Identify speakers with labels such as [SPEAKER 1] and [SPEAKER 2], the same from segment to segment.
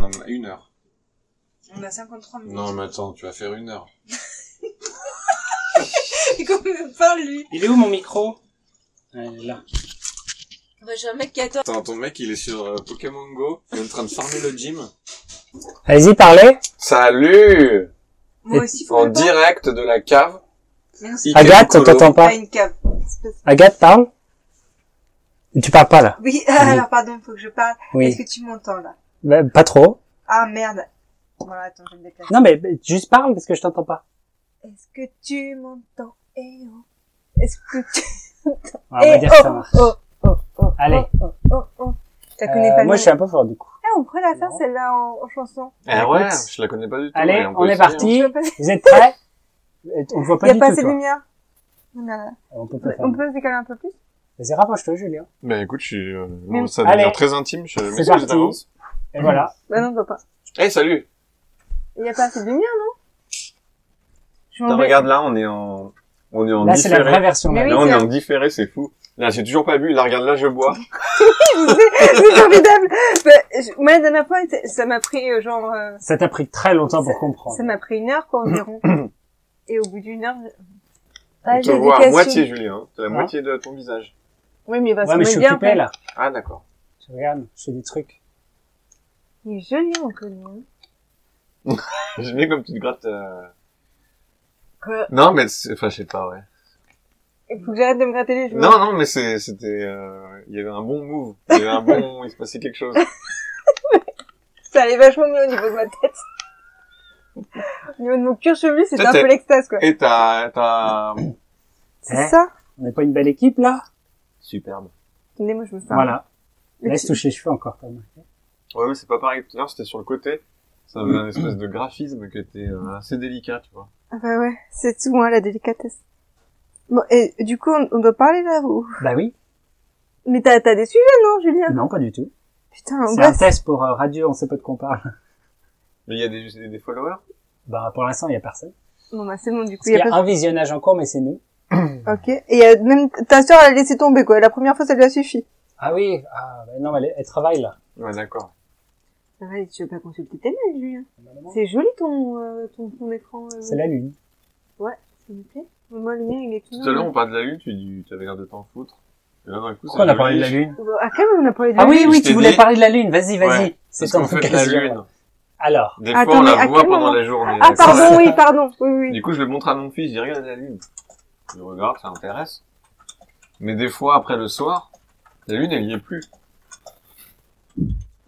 [SPEAKER 1] Même une heure.
[SPEAKER 2] On a 53 minutes.
[SPEAKER 1] Non, mais attends, tu vas faire une heure.
[SPEAKER 2] Et qu'on me parle, lui.
[SPEAKER 3] Il est où mon micro Ouais, Là.
[SPEAKER 2] Moi, je suis un mec qui attend.
[SPEAKER 1] Attends, ton mec, il est sur euh, Pokémon Go. Il est en train de farmer le gym.
[SPEAKER 3] Allez-y, parlez.
[SPEAKER 1] Salut
[SPEAKER 2] Moi aussi, faut
[SPEAKER 1] En
[SPEAKER 2] me parler.
[SPEAKER 1] direct de la cave.
[SPEAKER 2] Mais non, c'est
[SPEAKER 1] Ike
[SPEAKER 3] Agathe, on
[SPEAKER 1] Piccolo.
[SPEAKER 3] t'entend pas.
[SPEAKER 2] pas une cave. C'est pas-
[SPEAKER 3] Agathe, parle. Tu parles pas là.
[SPEAKER 2] Oui, alors pardon, il faut que je parle. Est-ce
[SPEAKER 3] Oui.
[SPEAKER 2] que tu m'entends là
[SPEAKER 3] Bah, pas trop.
[SPEAKER 2] Ah merde. Voilà, attends, je vais me déplacer.
[SPEAKER 3] Non, mais mais juste parle parce que je t'entends pas.
[SPEAKER 2] Est-ce que tu m'entends Eh oh. Est-ce que tu...
[SPEAKER 3] Ah, On va
[SPEAKER 2] eh
[SPEAKER 3] dire
[SPEAKER 2] oh,
[SPEAKER 3] que ça marche.
[SPEAKER 2] oh, oh, oh,
[SPEAKER 3] Allez.
[SPEAKER 2] Oh, oh, oh. T'as connais
[SPEAKER 3] Euh,
[SPEAKER 2] pas
[SPEAKER 3] moi,
[SPEAKER 2] bien.
[SPEAKER 3] je suis un peu fort du coup.
[SPEAKER 2] Ah, on pourrait la faire
[SPEAKER 3] Non.
[SPEAKER 2] celle-là en, en chanson.
[SPEAKER 1] Eh ouais,
[SPEAKER 3] Écoute.
[SPEAKER 1] je la connais pas du tout.
[SPEAKER 3] Allez,
[SPEAKER 1] et peut
[SPEAKER 3] on est
[SPEAKER 1] essayer, hein.
[SPEAKER 3] parti.
[SPEAKER 2] Je vois pas-
[SPEAKER 3] Vous êtes prêts Euh, On voit
[SPEAKER 2] Il y
[SPEAKER 3] pas
[SPEAKER 2] a
[SPEAKER 3] du
[SPEAKER 2] pas
[SPEAKER 3] tout,
[SPEAKER 2] assez de
[SPEAKER 3] toi.
[SPEAKER 2] lumière. On a-
[SPEAKER 3] On peut pas faire
[SPEAKER 2] On
[SPEAKER 3] mieux.
[SPEAKER 2] peut décaler un peu plus
[SPEAKER 3] Vas-y, rapproche-toi, Julien.
[SPEAKER 1] Ben écoute, je suis, euh,
[SPEAKER 2] Mais-
[SPEAKER 1] bon, ça devient
[SPEAKER 3] Allez.
[SPEAKER 1] très intime. Je
[SPEAKER 3] C'est
[SPEAKER 1] m'excuse
[SPEAKER 3] parti.
[SPEAKER 1] d'avance.
[SPEAKER 3] Et voilà.
[SPEAKER 2] Bah non, on peut pas.
[SPEAKER 1] Eh salut
[SPEAKER 2] Il y a pas assez de lumière, non Je
[SPEAKER 1] Putain,
[SPEAKER 2] vais-
[SPEAKER 1] Regarde là, on est en, on est en
[SPEAKER 3] Là, c'est la
[SPEAKER 1] différé.
[SPEAKER 3] vraie version.
[SPEAKER 2] Mais
[SPEAKER 3] là.
[SPEAKER 2] oui.
[SPEAKER 1] Là, on
[SPEAKER 2] c'est
[SPEAKER 1] est
[SPEAKER 2] vrai.
[SPEAKER 1] en différé, c'est fou. Là, j'ai toujours pas bu. Là, regarde, là, je bois.
[SPEAKER 2] C'est formidable Bah, je- Moi, la dernière fois, c'est- ça m'a pris euh, genre... euh,
[SPEAKER 3] Ça t'a pris très longtemps pour comprendre.
[SPEAKER 2] Ça m'a pris une heure, quoi, environ. Et au bout d'une heure... je- Ah,
[SPEAKER 1] On te
[SPEAKER 2] j'ai
[SPEAKER 1] voit à
[SPEAKER 2] des
[SPEAKER 1] moitié,
[SPEAKER 2] cassures.
[SPEAKER 1] Julien. hein. T'as la
[SPEAKER 3] Hein
[SPEAKER 1] moitié de ton visage.
[SPEAKER 2] Oui, mais parce
[SPEAKER 3] Ouais, mais je
[SPEAKER 2] qu'on est
[SPEAKER 3] suis
[SPEAKER 2] bien...
[SPEAKER 3] occupé là.
[SPEAKER 1] Ah, d'accord.
[SPEAKER 3] Je regarde, je fais des trucs.
[SPEAKER 2] Il est joli, mon collier. hein.
[SPEAKER 1] J'aime bien comme tu te grattes. euh,
[SPEAKER 2] Quoi
[SPEAKER 1] Non, mais c'est- enfin, je sais pas, ouais.
[SPEAKER 2] Il faut que j'arrête de me gratter les cheveux.
[SPEAKER 1] Non, non, mais c'est- c'était, euh, il y avait un bon move. Il y avait un bon, il se passait quelque chose.
[SPEAKER 2] Ça allait vachement mieux au niveau de ma tête. au niveau de mon cuir chevelu, c'était
[SPEAKER 1] Toi,
[SPEAKER 2] un
[SPEAKER 1] t'es-
[SPEAKER 2] peu l'extase, quoi.
[SPEAKER 1] Et t'as, t'as,
[SPEAKER 2] C'est
[SPEAKER 3] Hein
[SPEAKER 2] ça
[SPEAKER 3] On n'est pas une belle équipe là
[SPEAKER 1] superbe.
[SPEAKER 2] Attendez, moi, je me fais un-
[SPEAKER 3] Voilà.
[SPEAKER 2] Le
[SPEAKER 3] Laisse
[SPEAKER 2] petit-
[SPEAKER 3] toucher les cheveux encore quand même.
[SPEAKER 1] Ouais, mais c'est pas pareil. Tout à l'heure, c'était sur le côté. Ça avait un espèce de graphisme qui était euh, assez délicat, tu vois.
[SPEAKER 2] Ah bah ouais, c'est tout, hein, la délicatesse. Bon, et du coup, on, on doit parler, là, ou...
[SPEAKER 3] Bah oui.
[SPEAKER 2] Mais t'as, t'as des sujets, non, Julien
[SPEAKER 3] Non, pas du tout.
[SPEAKER 2] Putain, on
[SPEAKER 3] C'est un
[SPEAKER 2] passe.
[SPEAKER 3] test pour euh, radio, on sait pas de quoi on parle.
[SPEAKER 1] Mais il y a des, des- des followers.
[SPEAKER 3] Bah pour l'instant, il y a personne.
[SPEAKER 2] Bon, bah, c'est bon, du coup,
[SPEAKER 3] Il y
[SPEAKER 2] y
[SPEAKER 3] a
[SPEAKER 2] a pas...
[SPEAKER 3] un visionnage en cours, mais c'est nous.
[SPEAKER 2] Ok. Et euh, même ta sœur, elle a laissé tomber, quoi. La première fois, ça lui a suffi.
[SPEAKER 3] Ah oui, ah, bah non, mais elle, elle travaille là.
[SPEAKER 1] Ouais, d'accord.
[SPEAKER 2] Ça va, tu veux pas consulter tes mails, Julien C'est joli, ton, euh, ton, ton écran. euh,
[SPEAKER 3] C'est la lune.
[SPEAKER 2] S'il vous plaît. Moi, le mien, il est tout
[SPEAKER 1] Tout à l'heure, on parle de la lune, tu dis, t'avais l'air de t'en foutre. Et là, d'un coup,
[SPEAKER 3] Pourquoi on
[SPEAKER 1] ça
[SPEAKER 3] a parlé de la
[SPEAKER 1] brille.
[SPEAKER 3] lune
[SPEAKER 2] Bon, À Euh, quand même, on a parlé de
[SPEAKER 3] Ah
[SPEAKER 2] la
[SPEAKER 3] oui,
[SPEAKER 2] lune.
[SPEAKER 3] oui,
[SPEAKER 1] Je t'ai
[SPEAKER 3] tu voulais
[SPEAKER 1] dit.
[SPEAKER 3] parler de la lune. Vas-y, vas-y.
[SPEAKER 1] Ouais,
[SPEAKER 3] c'est
[SPEAKER 1] Parce qu'en
[SPEAKER 3] ton
[SPEAKER 1] fait, la
[SPEAKER 3] occasion.
[SPEAKER 1] lune,
[SPEAKER 3] Alors,
[SPEAKER 1] des
[SPEAKER 2] Attends,
[SPEAKER 1] fois, on
[SPEAKER 2] mais à
[SPEAKER 1] la voit
[SPEAKER 2] quel
[SPEAKER 1] pendant
[SPEAKER 2] moment
[SPEAKER 1] la journée.
[SPEAKER 2] Ah,
[SPEAKER 1] Des fois,
[SPEAKER 2] pardon, oui, pardon. Oui, oui.
[SPEAKER 1] Du coup, je le montre à mon fils, je dis regarde la lune. Je regarde, ça intéresse. Mais des fois, après le soir, la lune, elle y est plus.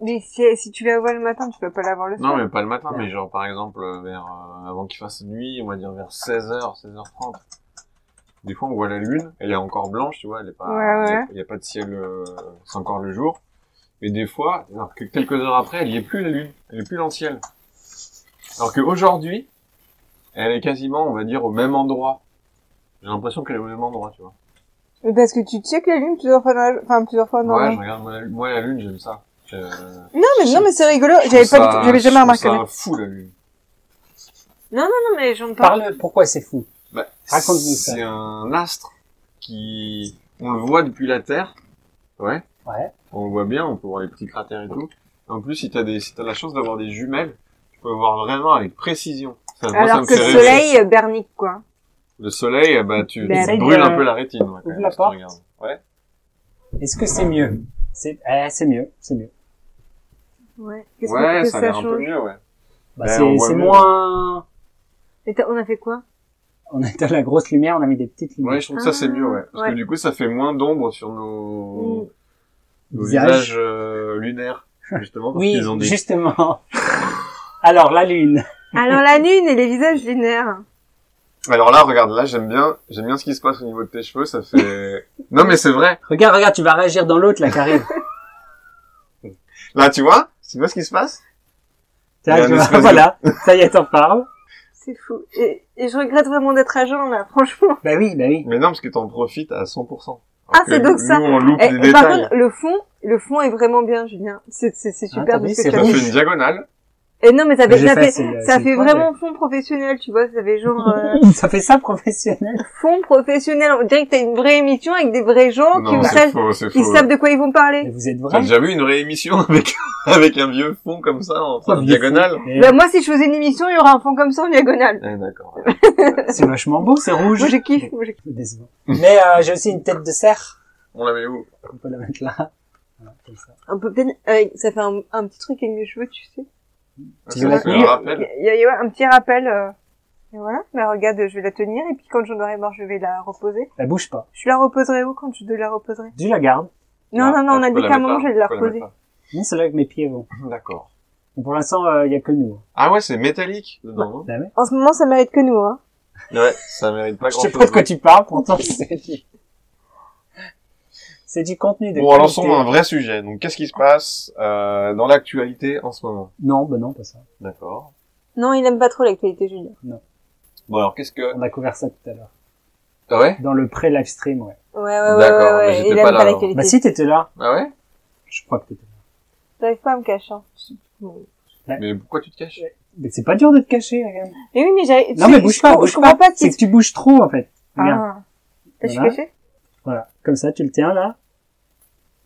[SPEAKER 2] Mais si, si tu la vois le matin, tu peux pas la voir le soir.
[SPEAKER 1] Non, mais pas le matin, mais genre, par exemple, euh, vers, euh, avant qu'il fasse nuit, on va dire vers 16h, 16h30. Des fois, on voit la lune, elle est encore blanche, tu vois, elle est pas,
[SPEAKER 2] Ouais, ouais.
[SPEAKER 1] il n'y a, pas de ciel, euh, c'est encore le jour. Et des fois, alors que quelques heures après, elle y est plus la lune, elle est plus dans le ciel. Alors qu'aujourd'hui, elle est quasiment, on va dire, au même endroit. J'ai l'impression qu'elle est au même endroit, tu vois.
[SPEAKER 2] Mais parce que tu checkes la lune plusieurs fois dans la... Enfin, plusieurs fois dans
[SPEAKER 1] ouais,
[SPEAKER 2] la...
[SPEAKER 1] je regarde, moi, la lune, moi, la lune, j'aime ça. Euh,
[SPEAKER 2] Non, mais, non, mais c'est rigolo.
[SPEAKER 1] je
[SPEAKER 2] J'avais
[SPEAKER 1] trouve
[SPEAKER 2] pas du
[SPEAKER 1] ça-
[SPEAKER 2] tout- j'avais jamais
[SPEAKER 1] je
[SPEAKER 2] remarqué.
[SPEAKER 1] trouve
[SPEAKER 2] Non,
[SPEAKER 1] ça fou, la lune.
[SPEAKER 2] non, mais j'en
[SPEAKER 3] parle pourquoi c'est fou.
[SPEAKER 1] Bah,
[SPEAKER 3] Raconte-nous ça.
[SPEAKER 1] C'est un astre qui, on le voit depuis la Terre. Ouais.
[SPEAKER 3] Ouais.
[SPEAKER 1] On le voit bien, on peut voir les petits cratères et tout. En plus, si t'as des, si t'as la chance d'avoir des jumelles, tu peux voir vraiment avec précision. Ça, moi, ça
[SPEAKER 2] Alors
[SPEAKER 1] me
[SPEAKER 2] que le
[SPEAKER 1] fait rêver.
[SPEAKER 2] soleil euh, bernique, quoi.
[SPEAKER 1] Le soleil, euh, bah, tu,
[SPEAKER 2] Bah,
[SPEAKER 1] tu
[SPEAKER 3] essaye
[SPEAKER 1] brûles
[SPEAKER 3] de-
[SPEAKER 1] un peu la rétine. Ouais, quand
[SPEAKER 3] Ouvre
[SPEAKER 1] même,
[SPEAKER 3] la
[SPEAKER 1] si tu
[SPEAKER 3] porte.
[SPEAKER 1] regardes. Ouais.
[SPEAKER 3] Est-ce que c'est mieux C'est eh, c'est mieux, c'est mieux.
[SPEAKER 2] Ouais. Qu'est-ce
[SPEAKER 1] Ouais,
[SPEAKER 2] que, que
[SPEAKER 1] ça
[SPEAKER 2] ça
[SPEAKER 1] a l'air un peu
[SPEAKER 2] change
[SPEAKER 1] mieux, ouais.
[SPEAKER 3] Bah,
[SPEAKER 1] Ben, on
[SPEAKER 3] c'est
[SPEAKER 1] voit
[SPEAKER 3] c'est
[SPEAKER 1] mieux.
[SPEAKER 3] moins.
[SPEAKER 2] Et t'as- on a fait quoi
[SPEAKER 3] On a éteint la grosse lumière, on a mis des petites lumières.
[SPEAKER 1] Ouais, je trouve que ça c'est
[SPEAKER 2] Ah,
[SPEAKER 1] mieux, ouais. Parce
[SPEAKER 2] ouais. Mm.
[SPEAKER 1] que du coup, ça fait moins d'ombre sur nos, nos
[SPEAKER 3] Visage.
[SPEAKER 1] visages euh, lunaires, justement, parce
[SPEAKER 3] oui,
[SPEAKER 1] qu'ils ont des
[SPEAKER 3] justement. Alors la lune.
[SPEAKER 2] Alors la lune et les visages lunaires.
[SPEAKER 1] Alors là, regarde, là, j'aime bien, j'aime bien ce qui se passe au niveau de tes cheveux, ça fait... Non, mais c'est vrai.
[SPEAKER 3] Regarde, regarde, tu vas réagir dans l'autre là qui arrive.
[SPEAKER 1] Là, tu vois? Tu vois ce qui se passe?
[SPEAKER 3] Tiens,
[SPEAKER 1] Il y a
[SPEAKER 3] tu
[SPEAKER 1] un
[SPEAKER 3] vois,
[SPEAKER 1] espèce de-
[SPEAKER 3] voilà, ça y est, t'en parles.
[SPEAKER 2] C'est fou. Et, et je regrette vraiment d'être agent, là, franchement.
[SPEAKER 3] Bah oui, bah oui.
[SPEAKER 1] Mais non, parce que t'en profites à 100%.
[SPEAKER 2] Ah,
[SPEAKER 1] Alors que
[SPEAKER 2] c'est donc ça.
[SPEAKER 1] Nous, on loupe
[SPEAKER 2] Et,
[SPEAKER 1] les
[SPEAKER 2] et par
[SPEAKER 1] détails.
[SPEAKER 2] contre, le fond, le fond est vraiment bien, Julien. C'est c'est- c'est
[SPEAKER 3] Ah, t'as
[SPEAKER 2] super de
[SPEAKER 3] vu,
[SPEAKER 2] ce
[SPEAKER 3] c'est
[SPEAKER 2] que t'as
[SPEAKER 1] Ça
[SPEAKER 3] rouge.
[SPEAKER 2] mis.
[SPEAKER 1] fait une diagonale.
[SPEAKER 2] Et non, mais ça fait,
[SPEAKER 3] J'ai
[SPEAKER 2] ça fait,
[SPEAKER 3] c'est le-
[SPEAKER 2] ça
[SPEAKER 3] c'est le
[SPEAKER 2] fait
[SPEAKER 3] projet.
[SPEAKER 2] vraiment fond professionnel, tu vois, ça fait genre euh,
[SPEAKER 3] Ça fait ça professionnel.
[SPEAKER 2] fond professionnel. On dirait que t'as une vraie émission avec des vrais gens
[SPEAKER 1] Non,
[SPEAKER 2] qui
[SPEAKER 1] c'est
[SPEAKER 2] savent,
[SPEAKER 1] faux, c'est
[SPEAKER 2] qui
[SPEAKER 1] faux.
[SPEAKER 2] savent de quoi ils vont
[SPEAKER 3] Mais
[SPEAKER 2] parler.
[SPEAKER 3] vous êtes
[SPEAKER 1] T'as
[SPEAKER 3] vrai.
[SPEAKER 1] déjà vu une réémission avec, avec un vieux fond comme ça, en
[SPEAKER 3] Pourquoi
[SPEAKER 1] en
[SPEAKER 3] vieux
[SPEAKER 1] diagonale
[SPEAKER 3] fou Et
[SPEAKER 2] Bah, moi, si je faisais une émission, il y aura un fond comme ça en diagonale.
[SPEAKER 1] Eh, d'accord.
[SPEAKER 3] C'est vachement beau, c'est rouge.
[SPEAKER 2] Moi, je kiffe. moi, je kiffe.
[SPEAKER 3] Décevant. Mais euh, j'ai aussi une tête de cerf.
[SPEAKER 1] On l'avait où
[SPEAKER 3] On peut la mettre là. Voilà, comme ça.
[SPEAKER 2] On peut peut-être, euh, ça fait un, un petit truc avec mes cheveux, tu sais.
[SPEAKER 3] Tu
[SPEAKER 1] C'est
[SPEAKER 3] l'as
[SPEAKER 1] un
[SPEAKER 3] mis
[SPEAKER 2] Il y
[SPEAKER 1] rappel.
[SPEAKER 2] a- il y a, il y a un petit rappel. euh, Et voilà. Mais regarde, je vais la tenir et puis quand j'en aurai marre, je vais la reposer.
[SPEAKER 3] La bouge pas.
[SPEAKER 2] Je la reposerai où quand je de la reposerai
[SPEAKER 3] Tu la gardes.
[SPEAKER 2] Non,
[SPEAKER 1] Ah,
[SPEAKER 2] non, non,
[SPEAKER 1] ah,
[SPEAKER 2] on a dit
[SPEAKER 1] tu peux
[SPEAKER 2] qu'à un
[SPEAKER 1] mettre
[SPEAKER 2] moment,
[SPEAKER 1] là,
[SPEAKER 2] je vais la
[SPEAKER 1] tu peux
[SPEAKER 2] reposer.
[SPEAKER 1] mettre
[SPEAKER 3] Non, c'est là avec mes pieds vont.
[SPEAKER 1] là. D'accord.
[SPEAKER 3] Mais Pour l'instant, il euh, y a que nous.
[SPEAKER 1] Ah ouais, c'est métallique dedans.
[SPEAKER 3] La merde.
[SPEAKER 2] En ce moment, ça mérite que nous, hein.
[SPEAKER 1] hein. Ouais, ça mérite pas
[SPEAKER 3] Je sais
[SPEAKER 1] grand
[SPEAKER 3] pas de
[SPEAKER 1] chose.
[SPEAKER 3] quoi tu parles, pourtant c'est du... C'est du contenu de
[SPEAKER 1] Bon,
[SPEAKER 3] qualité.
[SPEAKER 1] lançons un vrai sujet. Donc, qu'est-ce qui se passe euh, dans l'actualité en ce moment
[SPEAKER 3] Non, bah non, pas ça.
[SPEAKER 1] D'accord.
[SPEAKER 2] Non, il aime pas trop l'actualité, Julien.
[SPEAKER 1] Bon, alors, qu'est-ce que...
[SPEAKER 3] On a couvert ça tout à l'heure.
[SPEAKER 1] Ah ouais
[SPEAKER 3] Dans le pré-live stream, ouais.
[SPEAKER 2] Ouais, ouais, ouais,
[SPEAKER 1] D'accord,
[SPEAKER 2] ouais,
[SPEAKER 1] mais
[SPEAKER 2] ouais. il
[SPEAKER 1] j'étais pas
[SPEAKER 2] aime
[SPEAKER 1] là,
[SPEAKER 2] pas
[SPEAKER 1] alors.
[SPEAKER 2] l'actualité.
[SPEAKER 3] Bah si, t'étais là.
[SPEAKER 1] Ah ouais
[SPEAKER 3] Je crois que t'étais là.
[SPEAKER 2] J'arrive pas à me cacher. hein.
[SPEAKER 1] Mais pourquoi tu te caches
[SPEAKER 3] Mais c'est pas dur de te cacher, regarde.
[SPEAKER 2] Mais oui, mais j'arrive.
[SPEAKER 3] Non,
[SPEAKER 2] tu-
[SPEAKER 3] mais
[SPEAKER 2] je
[SPEAKER 3] bouge pas,
[SPEAKER 2] com-
[SPEAKER 3] bouge
[SPEAKER 2] Je comprends pas si
[SPEAKER 3] C'est que tu bouges trop, en fait. Regarde.
[SPEAKER 2] Ah. Je suis
[SPEAKER 3] Voilà.
[SPEAKER 2] cachée
[SPEAKER 3] Voilà. Comme ça, tu le tiens, là.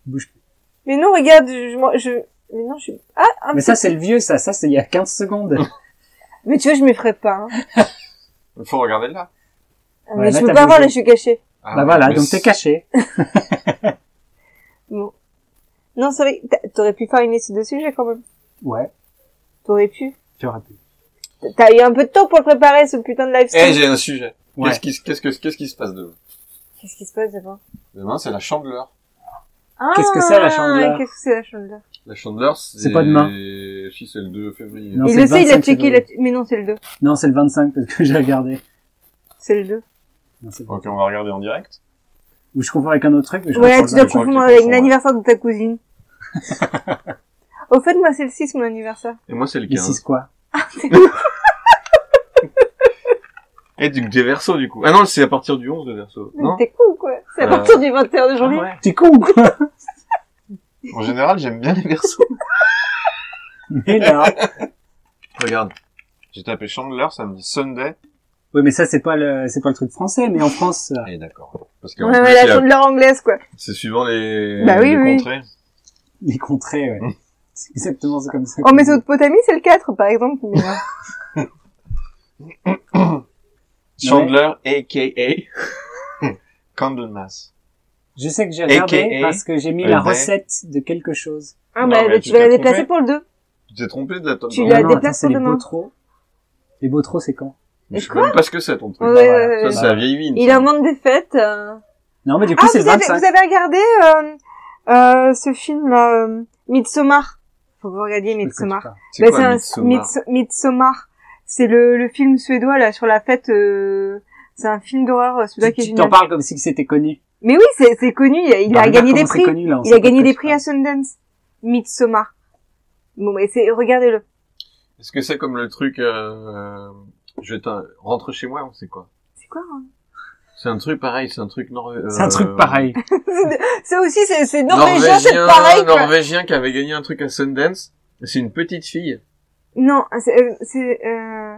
[SPEAKER 3] Bouge plus.
[SPEAKER 2] Mais non, regarde, je, m'en- je, mais non, je suis, ah, un
[SPEAKER 3] Mais
[SPEAKER 2] petit-
[SPEAKER 3] ça, c'est le vieux, ça. Ça, c'est il y a 15 secondes.
[SPEAKER 2] mais tu vois, je m'effraie pas, hein.
[SPEAKER 1] Il faut regarder là.
[SPEAKER 2] Ah,
[SPEAKER 3] Ouais,
[SPEAKER 2] mais je
[SPEAKER 3] là,
[SPEAKER 2] peux
[SPEAKER 3] t'as
[SPEAKER 2] pas voir,
[SPEAKER 3] bougé.
[SPEAKER 2] là, je suis cachée.
[SPEAKER 1] Ah
[SPEAKER 3] bah
[SPEAKER 1] ouais,
[SPEAKER 3] voilà,
[SPEAKER 1] mais
[SPEAKER 3] donc t'es caché.
[SPEAKER 2] Bon. Non, c'est vrai, t'a- t'aurais pu faire une liste de sujets, quand même.
[SPEAKER 3] Ouais,
[SPEAKER 2] T'aurais pu.
[SPEAKER 3] tu aurais pu.
[SPEAKER 2] T'as eu un peu de temps pour le préparer, ce putain de live
[SPEAKER 1] Eh,
[SPEAKER 2] stream.
[SPEAKER 1] j'ai un sujet.
[SPEAKER 3] Ouais.
[SPEAKER 1] Qu'est-ce qui, se- qu'est-ce que, qu'est-ce qui se passe demain
[SPEAKER 2] Qu'est-ce qui se passe devant?
[SPEAKER 1] Demain, c'est la chandeleur.
[SPEAKER 2] Ah,
[SPEAKER 3] Qu'est-ce que c'est, la chandeleur
[SPEAKER 2] Qu'est-ce que c'est, la chandeleur?
[SPEAKER 1] La chandeleur, c'est...
[SPEAKER 3] C'est pas demain.
[SPEAKER 1] Si, c'est le 2 février.
[SPEAKER 3] Non,
[SPEAKER 2] il
[SPEAKER 3] c'est
[SPEAKER 2] le sait, il a
[SPEAKER 3] 25
[SPEAKER 2] checké, il a,
[SPEAKER 3] février.
[SPEAKER 2] mais non, c'est le 2.
[SPEAKER 3] Non, c'est le 25 parce que j'ai regardé.
[SPEAKER 2] C'est le 2.
[SPEAKER 3] Non, c'est bon.
[SPEAKER 1] Ok, on va regarder en direct.
[SPEAKER 3] Ou je confonds avec un autre truc, mais je
[SPEAKER 2] Ouais,
[SPEAKER 3] confonds
[SPEAKER 2] tu
[SPEAKER 1] le
[SPEAKER 2] dois
[SPEAKER 3] avec-
[SPEAKER 1] crois
[SPEAKER 2] confondre
[SPEAKER 1] qu'il
[SPEAKER 2] avec
[SPEAKER 1] confond,
[SPEAKER 2] l'anniversaire de ta cousine. Au fait, moi, c'est le 6, mon anniversaire.
[SPEAKER 1] Et moi, c'est le
[SPEAKER 3] Mais
[SPEAKER 1] 15.
[SPEAKER 3] c'est quoi
[SPEAKER 1] Et Eh, du, des versos, du coup. Ah non, c'est à partir du 11, le verso.
[SPEAKER 2] Mais
[SPEAKER 1] Non
[SPEAKER 2] T'es con, quoi. C'est à
[SPEAKER 1] Euh.
[SPEAKER 2] partir du 21 janvier.
[SPEAKER 1] Ah
[SPEAKER 3] T'es con ou quoi
[SPEAKER 1] ouais. En général, j'aime bien les versos.
[SPEAKER 3] Mais là...
[SPEAKER 1] Regarde. J'ai tapé chandeleur, ça me dit Sunday.
[SPEAKER 3] Ouais, mais ça, c'est pas le, c'est pas le truc français, mais en France, euh,
[SPEAKER 1] Allez, Ah, d'accord. Parce que
[SPEAKER 2] Ouais, mais la chandeleur anglaise, quoi.
[SPEAKER 1] c'est suivant les,
[SPEAKER 2] Bah oui,
[SPEAKER 1] les
[SPEAKER 2] oui.
[SPEAKER 1] contrées.
[SPEAKER 3] les contrées, ouais. C'est exactement ça comme ça.
[SPEAKER 2] En Mésopotamie, c'est le 4, par exemple. mais, euh,
[SPEAKER 1] Chandler, a.k.a. Candlemas.
[SPEAKER 3] Je sais que j'ai regardé
[SPEAKER 1] AKA,
[SPEAKER 3] parce que j'ai mis
[SPEAKER 1] euh,
[SPEAKER 3] la
[SPEAKER 1] des-
[SPEAKER 2] recette.
[SPEAKER 3] recette de quelque chose.
[SPEAKER 2] Ah,
[SPEAKER 1] Non,
[SPEAKER 2] bah,
[SPEAKER 1] mais
[SPEAKER 2] tu
[SPEAKER 1] tu
[SPEAKER 2] vas la
[SPEAKER 1] t'es
[SPEAKER 2] déplacer
[SPEAKER 1] trompé.
[SPEAKER 2] pour le 2.
[SPEAKER 1] Tu t'es trompé de la top
[SPEAKER 2] Tu
[SPEAKER 3] Oh,
[SPEAKER 1] Non,
[SPEAKER 2] l'as
[SPEAKER 1] non,
[SPEAKER 2] déplacé déplaces
[SPEAKER 3] c'est
[SPEAKER 2] pour
[SPEAKER 3] les
[SPEAKER 2] demain.
[SPEAKER 3] Botros. Les Botros, c'est quand?
[SPEAKER 1] Je sais
[SPEAKER 2] Quoi
[SPEAKER 1] même pas ce que c'est, ton truc.
[SPEAKER 2] Ouais, ouais, ouais,
[SPEAKER 1] Ça,
[SPEAKER 2] ouais.
[SPEAKER 1] c'est la vieille vigne.
[SPEAKER 2] Il
[SPEAKER 1] ça.
[SPEAKER 2] invente des fêtes. euh.
[SPEAKER 3] Non, mais du coup,
[SPEAKER 2] Ah,
[SPEAKER 3] c'est le
[SPEAKER 2] vous avez,
[SPEAKER 3] 25.
[SPEAKER 2] vous avez regardé euh, euh, ce film-là, euh, Midsommar. Faut que vous regardiez
[SPEAKER 3] Je sais pas de quoi tu
[SPEAKER 2] Midsommar.
[SPEAKER 3] parles.
[SPEAKER 1] C'est
[SPEAKER 2] Bah,
[SPEAKER 1] quoi,
[SPEAKER 2] un-
[SPEAKER 1] Midsommar
[SPEAKER 2] Mids- Midsommar. C'est le, le film suédois, là, sur la fête. euh, C'est un film d'horreur euh, suédois
[SPEAKER 3] Tu-
[SPEAKER 2] qui est
[SPEAKER 3] Tu t'en
[SPEAKER 2] génial.
[SPEAKER 3] parles comme si c'était connu.
[SPEAKER 2] Mais oui, c'est c'est connu. Il a, il
[SPEAKER 3] Bah,
[SPEAKER 2] a
[SPEAKER 3] regarde
[SPEAKER 2] gagné des
[SPEAKER 3] comment c'est
[SPEAKER 2] prix.
[SPEAKER 3] connu, là, on
[SPEAKER 2] Il
[SPEAKER 3] sait
[SPEAKER 2] a
[SPEAKER 3] pas de
[SPEAKER 2] gagné
[SPEAKER 3] quoi
[SPEAKER 2] des
[SPEAKER 3] tu
[SPEAKER 2] prix
[SPEAKER 3] parles.
[SPEAKER 2] à Sundance. Midsommar. Bon, mais c'est, regardez-le.
[SPEAKER 1] Est-ce que c'est comme le truc, euh, euh, je t'in- rentre chez moi, on sait quoi?
[SPEAKER 2] C'est quoi, hein
[SPEAKER 1] C'est un truc pareil, c'est un truc nor... euh,
[SPEAKER 3] C'est un truc pareil.
[SPEAKER 2] Ça aussi, c'est c'est norvégien, c'est pareil, quoi.
[SPEAKER 1] norvégien qui avait gagné un truc à Sundance. C'est une petite fille.
[SPEAKER 2] Non, c'est, euh, c'est, euh,